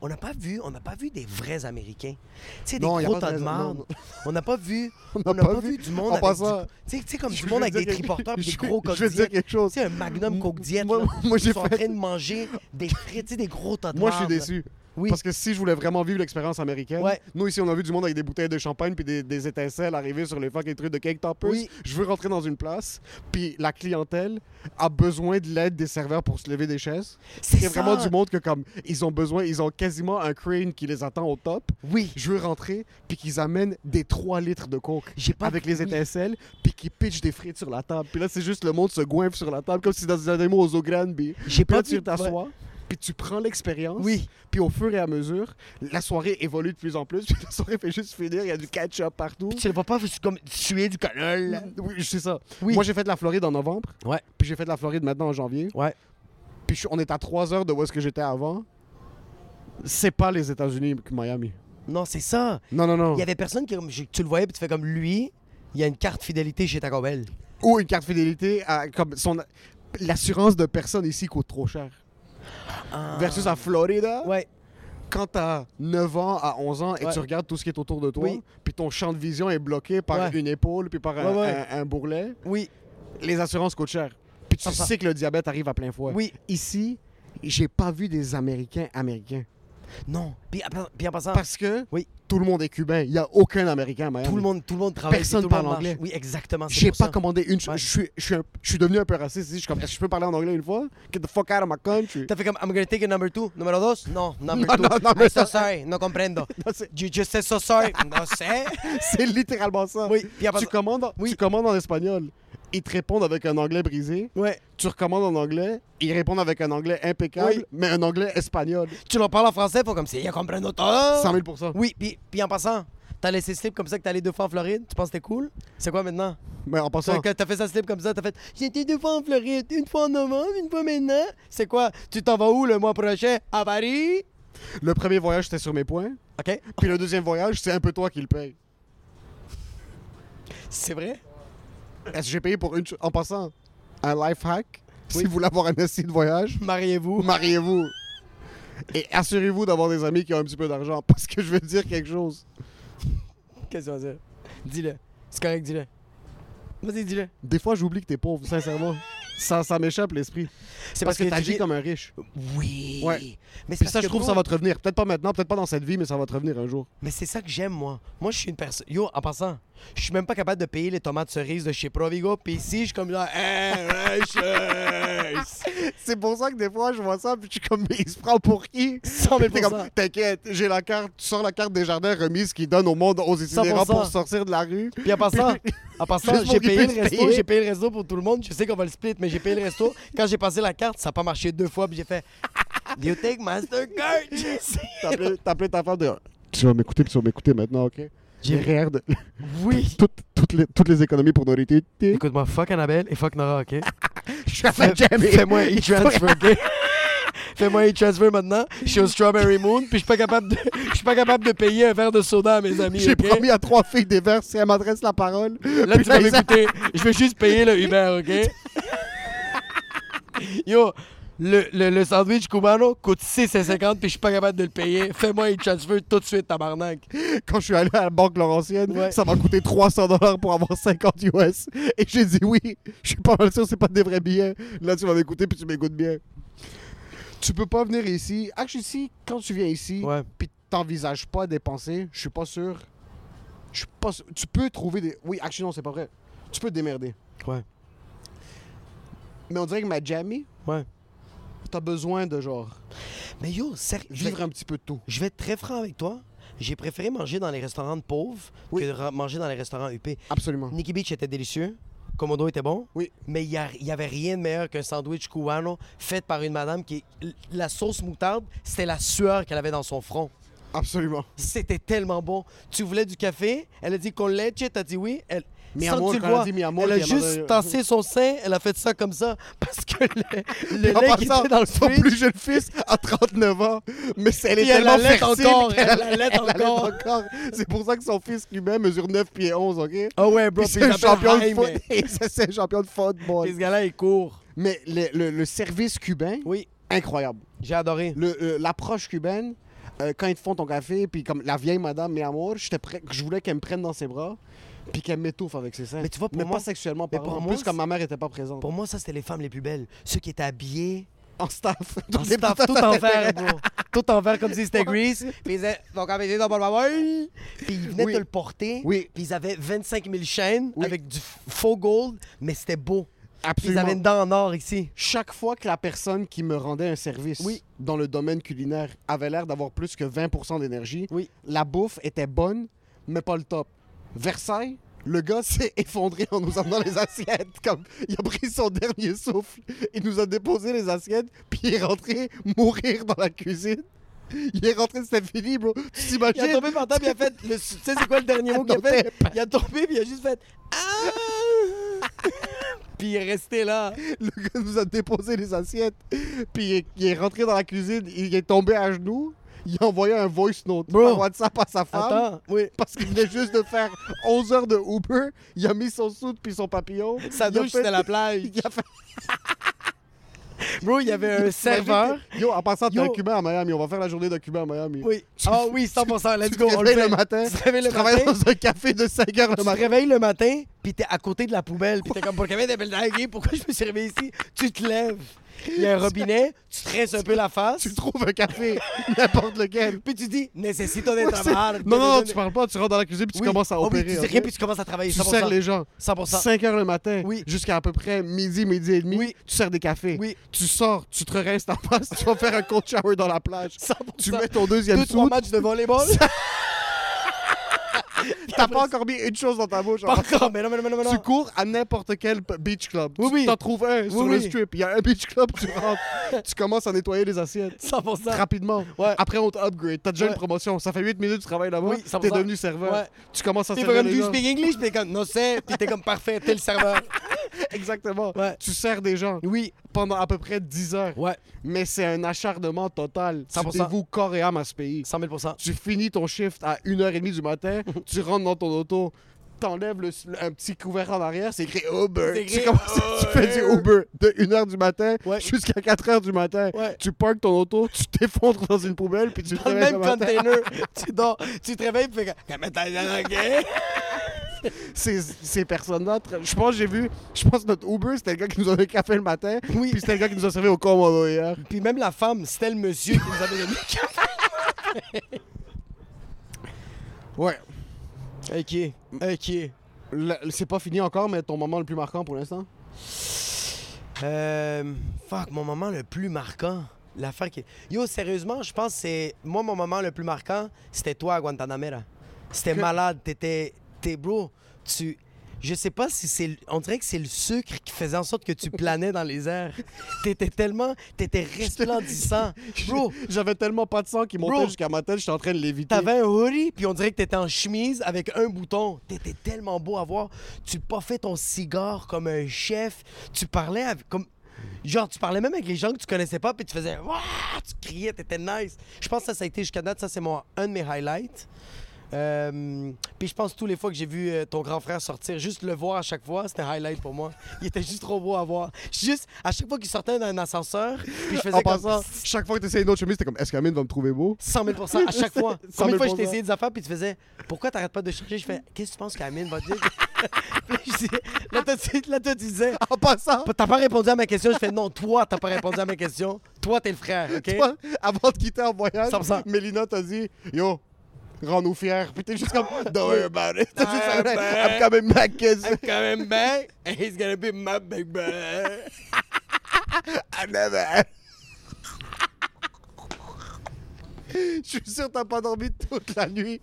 Speaker 2: On n'a pas vu, on n'a pas vu des vrais Américains. Tu sais, des
Speaker 4: Non, y a
Speaker 2: gros
Speaker 4: pas
Speaker 2: tas de
Speaker 4: de raison, non,
Speaker 2: marde.
Speaker 4: non.
Speaker 2: On n'a pas vu,
Speaker 4: [laughs] On
Speaker 2: on n'a pas, vu du monde
Speaker 4: en
Speaker 2: avec du-
Speaker 4: passant-
Speaker 2: tu sais- tu sais, comme
Speaker 4: Je
Speaker 2: du
Speaker 4: veux
Speaker 2: monde avec
Speaker 4: dire
Speaker 2: des
Speaker 4: quelque- [laughs]
Speaker 2: triporteurs puis des
Speaker 4: je-
Speaker 2: gros coques
Speaker 4: Je veux dire quelque chose.
Speaker 2: Tu sais, un magnum coke diète,
Speaker 4: Moi-
Speaker 2: là.
Speaker 4: moi, j'ai
Speaker 2: Ils sont en
Speaker 4: fait-
Speaker 2: train de manger des frites, tu sais, des gros tas de
Speaker 4: Moi, je suis
Speaker 2: marde, là.
Speaker 4: déçu.
Speaker 2: Oui.
Speaker 4: Parce que si je voulais vraiment vivre l'expérience américaine,
Speaker 2: Ouais.
Speaker 4: nous ici, on a vu du monde avec des bouteilles de champagne puis des, des étincelles arriver sur les fucking trucs de cake toppers.
Speaker 2: Oui.
Speaker 4: Je veux rentrer dans une place, puis la clientèle a besoin de l'aide des serveurs pour se lever des chaises.
Speaker 2: C'est
Speaker 4: Il y a
Speaker 2: ça.
Speaker 4: vraiment du monde que comme ils ont besoin, ils ont quasiment un crane qui les attend au top.
Speaker 2: Oui.
Speaker 4: Je veux rentrer puis qu'ils amènent des 3 litres de coke
Speaker 2: J'ai pas
Speaker 4: avec les
Speaker 2: oui.
Speaker 4: étincelles puis qu'ils pitchent des frites sur la table. Puis là, c'est juste le monde se goinfre sur la table comme si dans des animaux aux eaux grandes. Puis
Speaker 2: J'ai
Speaker 4: puis
Speaker 2: pas
Speaker 4: là,
Speaker 2: vu-
Speaker 4: tu t'assois, puis tu prends l'expérience.
Speaker 2: Oui.
Speaker 4: Puis au fur et à mesure, la soirée évolue de plus en plus. [laughs] Puis la soirée fait juste finir, il y a du ketchup partout.
Speaker 2: Tu le vois pas, c'est comme suer du canal.
Speaker 4: Mhm. Oui, c'est ça.
Speaker 2: Oui.
Speaker 4: Moi, j'ai fait de la Floride en novembre.
Speaker 2: Ouais.
Speaker 4: Puis j'ai fait de la Floride maintenant en janvier.
Speaker 2: Ouais.
Speaker 4: Puis je suis- on est à 3 heures de où est-ce que j'étais avant. C'est pas les États-Unis que Miami.
Speaker 2: Non, c'est ça.
Speaker 4: Non, non, non.
Speaker 2: Il y avait personne qui, comme, je- tu le voyais, puis tu fais comme lui, il y a une carte fidélité chez Taco Bell.
Speaker 4: Ou une carte fidélité à- comme son l'assurance de personne ici coûte trop cher. Versus à Florida,
Speaker 2: Ah. Ouais.
Speaker 4: quand t'as 9 ans à 11 ans et
Speaker 2: Ouais.
Speaker 4: tu regardes tout ce qui est autour de toi,
Speaker 2: Oui.
Speaker 4: puis ton champ de vision est bloqué par
Speaker 2: Ouais.
Speaker 4: une épaule puis par un,
Speaker 2: Ouais, ouais.
Speaker 4: un- un bourrelet,
Speaker 2: Oui.
Speaker 4: les assurances coûtent cher. Puis tu
Speaker 2: Ça, ça-
Speaker 4: sais que le diabète arrive à plein fouet.
Speaker 2: Oui.
Speaker 4: Ici, j'ai pas vu des Américains américains.
Speaker 2: Non. Puis, en- puis en passant,
Speaker 4: Parce que
Speaker 2: Ah. Oui.
Speaker 4: tout le monde est cubain. Il n'y a aucun Américain à Miami.
Speaker 2: tout le monde, tout le monde travaille.
Speaker 4: Personne
Speaker 2: puis tout le
Speaker 4: parle
Speaker 2: monde marche.
Speaker 4: anglais.
Speaker 2: Oui, exactement. c'est
Speaker 4: J'ai
Speaker 2: pour
Speaker 4: pas
Speaker 2: ça.
Speaker 4: commandé une chose.
Speaker 2: Ouais.
Speaker 4: Je suis- je suis un- je suis devenu un peu raciste. ici. Je suis comme, est-ce que je peux parler en anglais une fois? Get the fuck out of my country.
Speaker 2: T'as fait comme, I'm gonna take a number two. Numéro dos?
Speaker 4: [laughs]
Speaker 2: Non, number
Speaker 4: Non,
Speaker 2: two.
Speaker 4: [laughs] non, number
Speaker 2: I'm so
Speaker 4: two.
Speaker 2: sorry. No comprendo.
Speaker 4: [laughs] Non, c'est-
Speaker 2: You just said so sorry. no
Speaker 4: [laughs]
Speaker 2: sé.
Speaker 4: [laughs] C'est littéralement ça.
Speaker 2: Oui, puis après
Speaker 4: tu,
Speaker 2: ça-
Speaker 4: commandes,
Speaker 2: oui.
Speaker 4: tu commandes en espagnol. Ils te répondent avec un anglais brisé.
Speaker 2: Ouais.
Speaker 4: Tu recommandes en anglais. Ils répondent avec un anglais impeccable,
Speaker 2: Oui.
Speaker 4: mais un anglais espagnol.
Speaker 2: Tu leur parles en français, faut comme, si yo comprendo todo.
Speaker 4: 100 000
Speaker 2: Oui, puis, puis en passant, t'as laissé slip comme ça que t'es allé deux fois en Floride. Tu penses que c'était cool? C'est quoi maintenant?
Speaker 4: Mais en
Speaker 2: T'as-
Speaker 4: passant,
Speaker 2: Quand t'as fait ça slip comme ça, t'as fait J'étais deux fois en Floride, une fois en novembre, une fois maintenant. C'est quoi? Tu t'en vas où le mois prochain? À Paris?
Speaker 4: le premier voyage, c'était sur mes points.
Speaker 2: OK.
Speaker 4: Puis le deuxième voyage, c'est un peu toi qui le paye.
Speaker 2: C'est vrai?
Speaker 4: Est-ce que j'ai payé pour une chose? En passant, un life hack. Si vous voulez avoir un assis de voyage,
Speaker 2: Mariez-vous. [laughs]
Speaker 4: mariez-vous. Et assurez-vous d'avoir des amis qui ont un petit peu d'argent. Parce que je vais dire quelque chose.
Speaker 2: Qu'est-ce que tu vas dire? Dis-le. C'est correct, dis-le. Vas-y, dis-le.
Speaker 4: Des fois, j'oublie que t'es pauvre, sincèrement. Ça, ça m'échappe l'esprit.
Speaker 2: C'est
Speaker 4: Parce que
Speaker 2: tu
Speaker 4: t'agis
Speaker 2: vis-
Speaker 4: comme un riche.
Speaker 2: Oui.
Speaker 4: Ouais.
Speaker 2: Mais c'est
Speaker 4: Puis
Speaker 2: parce
Speaker 4: ça, je
Speaker 2: que
Speaker 4: trouve,
Speaker 2: toi-
Speaker 4: ça va te revenir. Peut-être pas maintenant, peut-être pas dans cette vie, mais ça va te revenir un jour.
Speaker 2: Mais c'est ça que j'aime, moi. Moi, je suis une personne. Yo, en passant, je suis même pas capable de payer les tomates cerises de chez Provigo. Puis ici, je suis comme eh, là. [laughs] Hey, riches!
Speaker 4: [laughs] C'est pour ça que des fois, je vois ça, puis je suis comme, mais il se prend pour qui?
Speaker 2: 100 000
Speaker 4: Puis t'es comme, t'inquiète, j'ai la carte, tu sors la carte des jardins remise qui donne au monde aux itinérants
Speaker 2: 100%.
Speaker 4: pour sortir de la rue.
Speaker 2: Puis en passant, en passant,
Speaker 4: Juste pour
Speaker 2: j'ai
Speaker 4: qu'il
Speaker 2: payé
Speaker 4: puisse
Speaker 2: le resto,
Speaker 4: payer.
Speaker 2: j'ai payé le resto pour tout le monde. Je sais qu'on va le split, mais j'ai payé le resto. Quand j'ai passé la carte, ça n'a pas marché deux fois, puis j'ai fait Do you take Mastercard? [laughs]
Speaker 4: T'appelais t'appelais ta femme de. Tu vas m'écouter, puis tu vas m'écouter maintenant, ok? J'ai rien de.
Speaker 2: oui.
Speaker 4: [laughs] Toutes, toutes, les, toutes les économies pour [laughs] nourriture.
Speaker 2: Écoute-moi, fuck Annabelle et fuck Nora, [laughs] ok?
Speaker 4: Je suis à
Speaker 2: Fais- Fais-moi un e-transfer, ok? [laughs] Fais-moi un e-transfer maintenant. Je suis au Strawberry Moon, puis je suis pas capable de, je suis pas capable de payer un verre de soda à mes amis,
Speaker 4: J'ai
Speaker 2: ok?
Speaker 4: promis à trois filles des verres si elles m'adressent la parole.
Speaker 2: Là, tu
Speaker 4: Puis
Speaker 2: vas
Speaker 4: là, ils-
Speaker 2: m'écouter. Je vais juste payer le Uber, OK? Yo, le, le, le sandwich cubano coûte 6,50 puis je suis pas capable de le payer. Fais-moi un transfer tout de suite, tabarnak.
Speaker 4: Quand je suis allé à la Banque Laurentienne,
Speaker 2: Ouais.
Speaker 4: ça m'a coûté 300 dollars pour avoir 50 US. Et j'ai dit oui, je suis pas mal sûr, c'est pas des vrais billets. Là, tu vas m'écouter puis tu m'écoutes bien. Tu peux pas venir ici. Ah, je suis ici. Quand tu viens ici,
Speaker 2: Ouais.
Speaker 4: puis t'envisages pas dépenser, je suis pas sûr. Je suis pas sûr. Tu peux trouver des. Oui, actuellement, non, c'est pas vrai. Tu peux te démerder.
Speaker 2: Ouais.
Speaker 4: Mais on dirait que ma jammy,
Speaker 2: Ouais.
Speaker 4: t'as besoin de genre
Speaker 2: Mais yo, sérieux, je, vais-
Speaker 4: vivre un petit peu de tout.
Speaker 2: je vais être très franc avec toi. J'ai préféré manger dans les restaurants de pauvres
Speaker 4: Oui.
Speaker 2: que de ra- manger dans les restaurants UP.
Speaker 4: Absolument.
Speaker 2: Nicky Beach était délicieux. Komodo était bon.
Speaker 4: Oui.
Speaker 2: Mais il n'y avait rien de meilleur qu'un sandwich cubano fait par une madame qui. La sauce moutarde, c'était la sueur qu'elle avait dans son front.
Speaker 4: Absolument.
Speaker 2: C'était tellement bon. Tu voulais du café? Elle a dit qu'on leche, t'as dit oui. Elle,
Speaker 4: Mi
Speaker 2: sans
Speaker 4: amor,
Speaker 2: que tu le
Speaker 4: quand elle a
Speaker 2: vois,
Speaker 4: dit mi amor,
Speaker 2: elle a
Speaker 4: puis elle m'a
Speaker 2: juste
Speaker 4: dit-
Speaker 2: tassé son sein, elle a fait ça comme ça, [laughs] parce que le, le
Speaker 4: Et en
Speaker 2: lait qui
Speaker 4: passant,
Speaker 2: était dans le
Speaker 4: son
Speaker 2: fridge,
Speaker 4: plus jeune fils a 39 ans, mais c'est- elle est
Speaker 2: Puis elle
Speaker 4: tellement
Speaker 2: allait
Speaker 4: fertile
Speaker 2: encore,
Speaker 4: qu'elle-
Speaker 2: elle allait
Speaker 4: elle allait
Speaker 2: encore.
Speaker 4: encore. C'est pour ça que son fils lui-même mesure 9 pieds 11, OK?
Speaker 2: Ah ouais, bro,
Speaker 4: Puis
Speaker 2: puis
Speaker 4: c'est un
Speaker 2: il s'appelle
Speaker 4: champion de
Speaker 2: Jaime.
Speaker 4: foot. Et ça, [laughs] c'est un champion de football.
Speaker 2: Puis ce gars-là, il court.
Speaker 4: Mais le, le- le service cubain,
Speaker 2: Oui,
Speaker 4: incroyable.
Speaker 2: j'ai adoré.
Speaker 4: Le- euh, L'approche cubaine, euh, quand ils te font ton café, puis comme la vieille madame, mi amour, j'étais prêt- je voulais qu'elle me prenne dans ses bras, puis qu'elle m'étouffe avec ses seins.
Speaker 2: Mais tu vois, pour
Speaker 4: mais
Speaker 2: moi-
Speaker 4: pas sexuellement
Speaker 2: mais
Speaker 4: parlant.
Speaker 2: pour
Speaker 4: En
Speaker 2: moi,
Speaker 4: plus, comme ma mère était pas présente.
Speaker 2: Pour moi, ça, c'était les femmes les plus belles. Ceux qui étaient habillés
Speaker 4: En
Speaker 2: [laughs]
Speaker 4: staff.
Speaker 2: en staff, tout en vert, bro. Tout en vert, comme si c'était Grease. Puis ils disaient, donc, abaissez dans Puis ils venaient
Speaker 4: Oui.
Speaker 2: te le porter.
Speaker 4: Oui.
Speaker 2: Puis ils avaient 25 000 chaînes
Speaker 4: Oui.
Speaker 2: avec du faux gold, mais c'était beau. Puis ils
Speaker 4: Absolument.
Speaker 2: avaient une dent en or ici.
Speaker 4: chaque fois que la personne qui me rendait un service
Speaker 2: Oui.
Speaker 4: dans le domaine culinaire avait l'air d'avoir plus que 20% d'énergie,
Speaker 2: Oui.
Speaker 4: la bouffe était bonne, mais pas le top. Versailles, le gars s'est effondré en nous emmenant les assiettes. Comme il a pris son dernier souffle, il nous a déposé les assiettes, puis il est rentré mourir dans la cuisine. Il est rentré, c'était fini, bro. Tu
Speaker 2: Il a
Speaker 4: t'imagines?
Speaker 2: tombé par terre, puis il a fait. le- tu sais, c'est quoi le [laughs] dernier mot qu'il a
Speaker 4: Non,
Speaker 2: fait? Il a tombé, puis il a juste [laughs] fait. Ah! puis il est resté là.
Speaker 4: Le gars nous a déposé les assiettes, puis il est, il est rentré dans la cuisine, il est tombé à genoux, il a envoyé un voice note
Speaker 2: Bro.
Speaker 4: par WhatsApp à sa femme.
Speaker 2: Attends, oui.
Speaker 4: Parce qu'il venait juste de faire 11 heures de Uber, il a mis son soude puis son papillon.
Speaker 2: Sa
Speaker 4: il a
Speaker 2: douche,
Speaker 4: fait-
Speaker 2: c'était
Speaker 4: [laughs]
Speaker 2: la [laughs] plage.
Speaker 4: Il a fait
Speaker 2: Bro, il y [laughs] avait un serveur.
Speaker 4: Yo, en passant, t'es
Speaker 2: Yo.
Speaker 4: un Cubain à Miami, on va faire la journée d'un Cubain à Miami.
Speaker 2: Oui. Ah oui, 100%.
Speaker 4: Tu
Speaker 2: Let's
Speaker 4: te
Speaker 2: go. On le
Speaker 4: réveilles
Speaker 2: fait.
Speaker 4: le matin,
Speaker 2: Tu te réveilles
Speaker 4: Tu
Speaker 2: le
Speaker 4: travailles
Speaker 2: matin.
Speaker 4: dans un café de 5 heures
Speaker 2: Tu
Speaker 4: le
Speaker 2: te
Speaker 4: matin.
Speaker 2: réveilles le matin, puis t'es à côté de la poubelle, puis t'es comme, pourquoi t'appelles dingue? Pourquoi je me suis réveillé ici? Tu te lèves, il y a un robinet, tu te rinces un peu la face,
Speaker 4: Tu trouves un café, [laughs] n'importe lequel.
Speaker 2: puis tu dis, nécessite ton
Speaker 4: Ouais, c'est-
Speaker 2: intervalle.
Speaker 4: non, non, non, tu parles pas, tu rentres dans la cuisine puis tu
Speaker 2: Oui.
Speaker 4: commences à
Speaker 2: Oh oui,
Speaker 4: opérer.
Speaker 2: tu dis
Speaker 4: ok?
Speaker 2: rien, puis tu commences à travailler.
Speaker 4: Tu
Speaker 2: 100%.
Speaker 4: sers les gens.
Speaker 2: 100%.
Speaker 4: 5 heures le matin
Speaker 2: Oui.
Speaker 4: jusqu'à à peu près midi, midi et demi,
Speaker 2: Oui.
Speaker 4: tu sers des cafés.
Speaker 2: Oui.
Speaker 4: Tu sors, tu te rinces en face, tu vas faire un cold shower dans la plage.
Speaker 2: 100%.
Speaker 4: Tu mets ton deuxième
Speaker 2: deux, trois
Speaker 4: sou,
Speaker 2: matchs de
Speaker 4: [laughs]
Speaker 2: volleyball.
Speaker 4: t'as pas encore mis une chose dans ta bouche.
Speaker 2: Pas
Speaker 4: en
Speaker 2: encore, mais non, mais non, mais non, mais
Speaker 4: Tu
Speaker 2: non.
Speaker 4: cours à n'importe quel p- beach club.
Speaker 2: Oui,
Speaker 4: tu
Speaker 2: oui.
Speaker 4: t'en trouves un sur
Speaker 2: Oui,
Speaker 4: le
Speaker 2: oui.
Speaker 4: strip. Il y a un beach club, tu
Speaker 2: [laughs]
Speaker 4: rentres. tu commences à nettoyer les assiettes.
Speaker 2: 100%.
Speaker 4: Rapidement.
Speaker 2: Ouais.
Speaker 4: Après, on t'upgrade. T'as déjà
Speaker 2: Ouais.
Speaker 4: une promotion. Ça fait 8 minutes que tu travailles là-bas.
Speaker 2: Oui, 100%.
Speaker 4: T'es devenu serveur.
Speaker 2: Ouais.
Speaker 4: Tu commences à
Speaker 2: T'es
Speaker 4: servir
Speaker 2: comme,
Speaker 4: les
Speaker 2: tu
Speaker 4: gens.
Speaker 2: speak English? Puis t'es comme, non, c'est. Puis t'es comme, parfait, t'es le serveur.
Speaker 4: Exactement.
Speaker 2: Ouais.
Speaker 4: Tu sers des gens
Speaker 2: Oui,
Speaker 4: pendant à peu près 10 heures.
Speaker 2: ouais,
Speaker 4: Mais c'est un acharnement total.
Speaker 2: 100%.
Speaker 4: Tu dévoues corps et âme à ce pays.
Speaker 2: 100 000
Speaker 4: Tu finis ton shift à 1h30
Speaker 2: [laughs]
Speaker 4: du matin, tu rentres dans ton auto, t'enlèves le, le- un petit couvert en arrière, c'est écrit Uber.
Speaker 2: C'est écrit
Speaker 4: Tu, commences- [laughs] tu fais du Uber de 1h du matin
Speaker 2: Ouais.
Speaker 4: jusqu'à 4h du matin.
Speaker 2: Ouais.
Speaker 4: Tu parques ton auto, tu t'effondres dans une poubelle, puis tu te
Speaker 2: Dans le
Speaker 4: réveilles
Speaker 2: même
Speaker 4: le matin.
Speaker 2: container, tu dors, tu te réveilles, puis tu fais comme, Mais t'as l'air gay.
Speaker 4: Ces, ces personnes-là, tra- je pense que j'ai vu, je pense que notre Uber, c'était le gars qui nous a donné le café le matin,
Speaker 2: Oui.
Speaker 4: puis c'était le gars qui nous a servi au Komodo hier.
Speaker 2: Puis même la femme, c'était le monsieur qui nous avait donné le café.
Speaker 4: [laughs] Ouais.
Speaker 2: Ok, ok.
Speaker 4: Le- C'est pas fini encore, mais ton moment le plus marquant pour l'instant?
Speaker 2: Euh, fuck, mon moment le plus marquant. L'affaire qui. Yo, sérieusement, je pense que c'est. Moi, mon moment le plus marquant, c'était toi à Guantanamera. C'était malade. T'étais. T'es bro. Tu. Je sais pas si c'est. le- On dirait que c'est le sucre qui faisait en sorte que tu planais dans les
Speaker 4: [laughs]
Speaker 2: airs. T'étais tellement. T'étais resplendissant. Bro,
Speaker 4: J'avais tellement pas de sang qui
Speaker 2: Bro.
Speaker 4: montait jusqu'à ma tête, j'étais en train de l'éviter.
Speaker 2: T'avais un hoodie, puis on dirait que t'étais en chemise avec un bouton. T'étais tellement beau à voir. Tu puffais ton cigare comme un chef. Tu parlais avec- comme... Genre, tu parlais même avec les gens que tu connaissais pas, puis tu faisais... Wouah Tu criais, t'étais nice. Je pense que ça, ça a été jusqu'à date. Ça, c'est mon... un de mes highlights. Euh, puis je pense tous les fois que j'ai vu euh, ton grand frère sortir, juste le voir à chaque fois, c'était un highlight pour moi. Il était juste trop beau à voir. Juste à chaque fois qu'il sortait d'un ascenseur, puis je faisais
Speaker 4: En
Speaker 2: comme
Speaker 4: passant, chaque fois que t'essayais une autre chemise, t'es comme, est-ce qu'Amine va me trouver beau?
Speaker 2: 100 000 à chaque fois.
Speaker 4: 100
Speaker 2: Combien
Speaker 4: 000
Speaker 2: de fois je t'ai essayé des affaires, puis tu faisais Pourquoi t'arrêtes pas de chercher Je fais Qu'est-ce que tu penses qu'Amine va dire [laughs] Puis je dis- Là, toi, tu là, toi, tu disais
Speaker 4: En passant,
Speaker 2: T'as pas répondu à ma question. Je fais Non, toi, t'as pas répondu à ma question. Toi, t'es le frère, [laughs] OK
Speaker 4: toi, avant de quitter en voyage,
Speaker 2: 100%.
Speaker 4: Mélina t'a dit, yo, rends-nous fiers. Puis t'es juste comme, don't worry about it. T'as juste fait,
Speaker 2: Ouais, ben.
Speaker 4: I'm coming back, kids.
Speaker 2: I'm coming back, and he's gonna be my big brother.
Speaker 4: I never. [laughs] Je suis sûr que t'as pas dormi toute la nuit.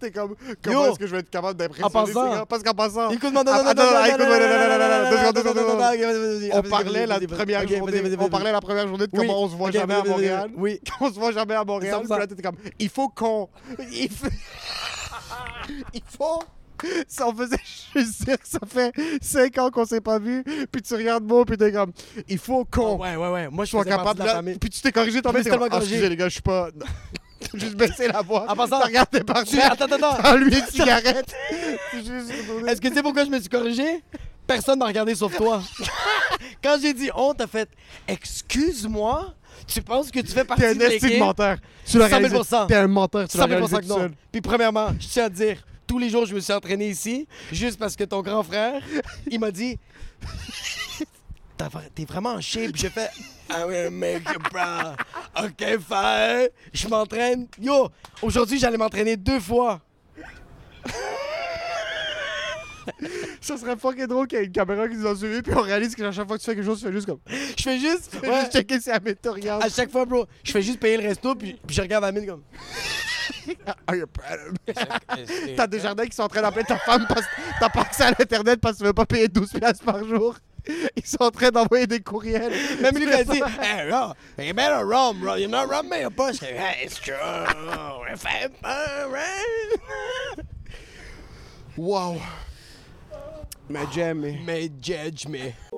Speaker 4: T'es comme, comment
Speaker 2: Yo.
Speaker 4: est-ce que je vais être capable d'impressionner
Speaker 2: En
Speaker 4: ces
Speaker 2: passant.
Speaker 4: gars? Parce qu'en passant,
Speaker 2: Écoute-moi, non,
Speaker 4: Ah,
Speaker 2: non, non,
Speaker 4: attends,
Speaker 2: non, non,
Speaker 4: écoute-moi,
Speaker 2: non,
Speaker 4: non, non, non,
Speaker 2: non,
Speaker 4: non,
Speaker 2: non,
Speaker 4: deux
Speaker 2: non,
Speaker 4: secondes, deux
Speaker 2: non, non,
Speaker 4: secondes, deux
Speaker 2: non, non,
Speaker 4: secondes.
Speaker 2: vas-y,
Speaker 4: On
Speaker 2: vas-y,
Speaker 4: parlait
Speaker 2: vas-y,
Speaker 4: la
Speaker 2: vas-y, vas-y.
Speaker 4: première
Speaker 2: Ok,
Speaker 4: journée.
Speaker 2: vas-y, vas-y,
Speaker 4: on
Speaker 2: vas-y.
Speaker 4: parlait la première journée de
Speaker 2: Oui,
Speaker 4: comment on se voit
Speaker 2: ok,
Speaker 4: jamais à
Speaker 2: vas-y, vas-y, vas-y.
Speaker 4: Montréal. [laughs]
Speaker 2: Oui.
Speaker 4: Qu'on se voit jamais à Montréal.
Speaker 2: 100%.
Speaker 4: Puis là, t'es comme, il faut qu'on. Il faut. il faut. Ça, on faisait [laughs] juste dire que ça fait 5 ans qu'on s'est pas vu. Puis tu regardes moi, puis t'es comme, il faut qu'on
Speaker 2: Ah Ouais, ouais, ouais. Moi, je suis
Speaker 4: soit capable
Speaker 2: capable de la famille.
Speaker 4: Puis tu t'es corrigé, t'en
Speaker 2: Je me
Speaker 4: mets.
Speaker 2: suis
Speaker 4: t'es comme,
Speaker 2: tellement
Speaker 4: Ah,
Speaker 2: corrigé.
Speaker 4: Excusez les gars, je suis pas. [laughs] Juste baisser la voix.
Speaker 2: En passant-
Speaker 4: T'as regardé par
Speaker 2: Tu- Attends, attends, attends.
Speaker 4: Prends-lui une cigarette. [laughs] C'est juste retourné.
Speaker 2: Est-ce que tu sais pourquoi je me suis corrigé? Personne m'a regardé sauf [laughs] toi. Quand j'ai dit on, t'as fait excuse-moi, tu penses que tu fais partie
Speaker 4: T'es un
Speaker 2: de l'équipe?
Speaker 4: esti de menteur. Tu
Speaker 2: 100
Speaker 4: l'as
Speaker 2: 000
Speaker 4: réalisé. T'es un menteur. Tu l'as
Speaker 2: 100 000
Speaker 4: réalisé
Speaker 2: que
Speaker 4: tout
Speaker 2: non.
Speaker 4: seul.
Speaker 2: Puis premièrement, je tiens à te dire, tous les jours je me suis entraîné ici, juste parce que ton grand frère, il m'a dit [laughs] T'as vra- T'es vraiment en shape. Ah J'ai fait I will make you proud. OK, fine. Je m'entraîne. Yo, aujourd'hui j'allais m'entraîner deux fois.
Speaker 4: Ça serait fucking drôle qu'il y ait une caméra qui nous a suivi, puis on réalise que à chaque fois que tu fais quelque chose, tu fais juste comme. [laughs]
Speaker 2: Je fais juste.
Speaker 4: Fais
Speaker 2: ouais.
Speaker 4: juste checker si Amine te regarde.
Speaker 2: À chaque fois, bro, je fais juste payer le resto, puis, puis je regarde Amine comme.
Speaker 4: Are you proud of me? [laughs] T'as des jardins qui sont en train d'appeler ta femme parce que t'as pas accès à l'internet parce que tu veux pas payer 12 piastres par jour. Ils sont en train d'envoyer des courriels.
Speaker 2: Même lui, il a Ben, dit, hey, Rob, you better rum, bro. You know, rum me a push. Hey, euh, it's true. If I'm right.
Speaker 4: Wow. Mais j'aime.
Speaker 2: May judge me.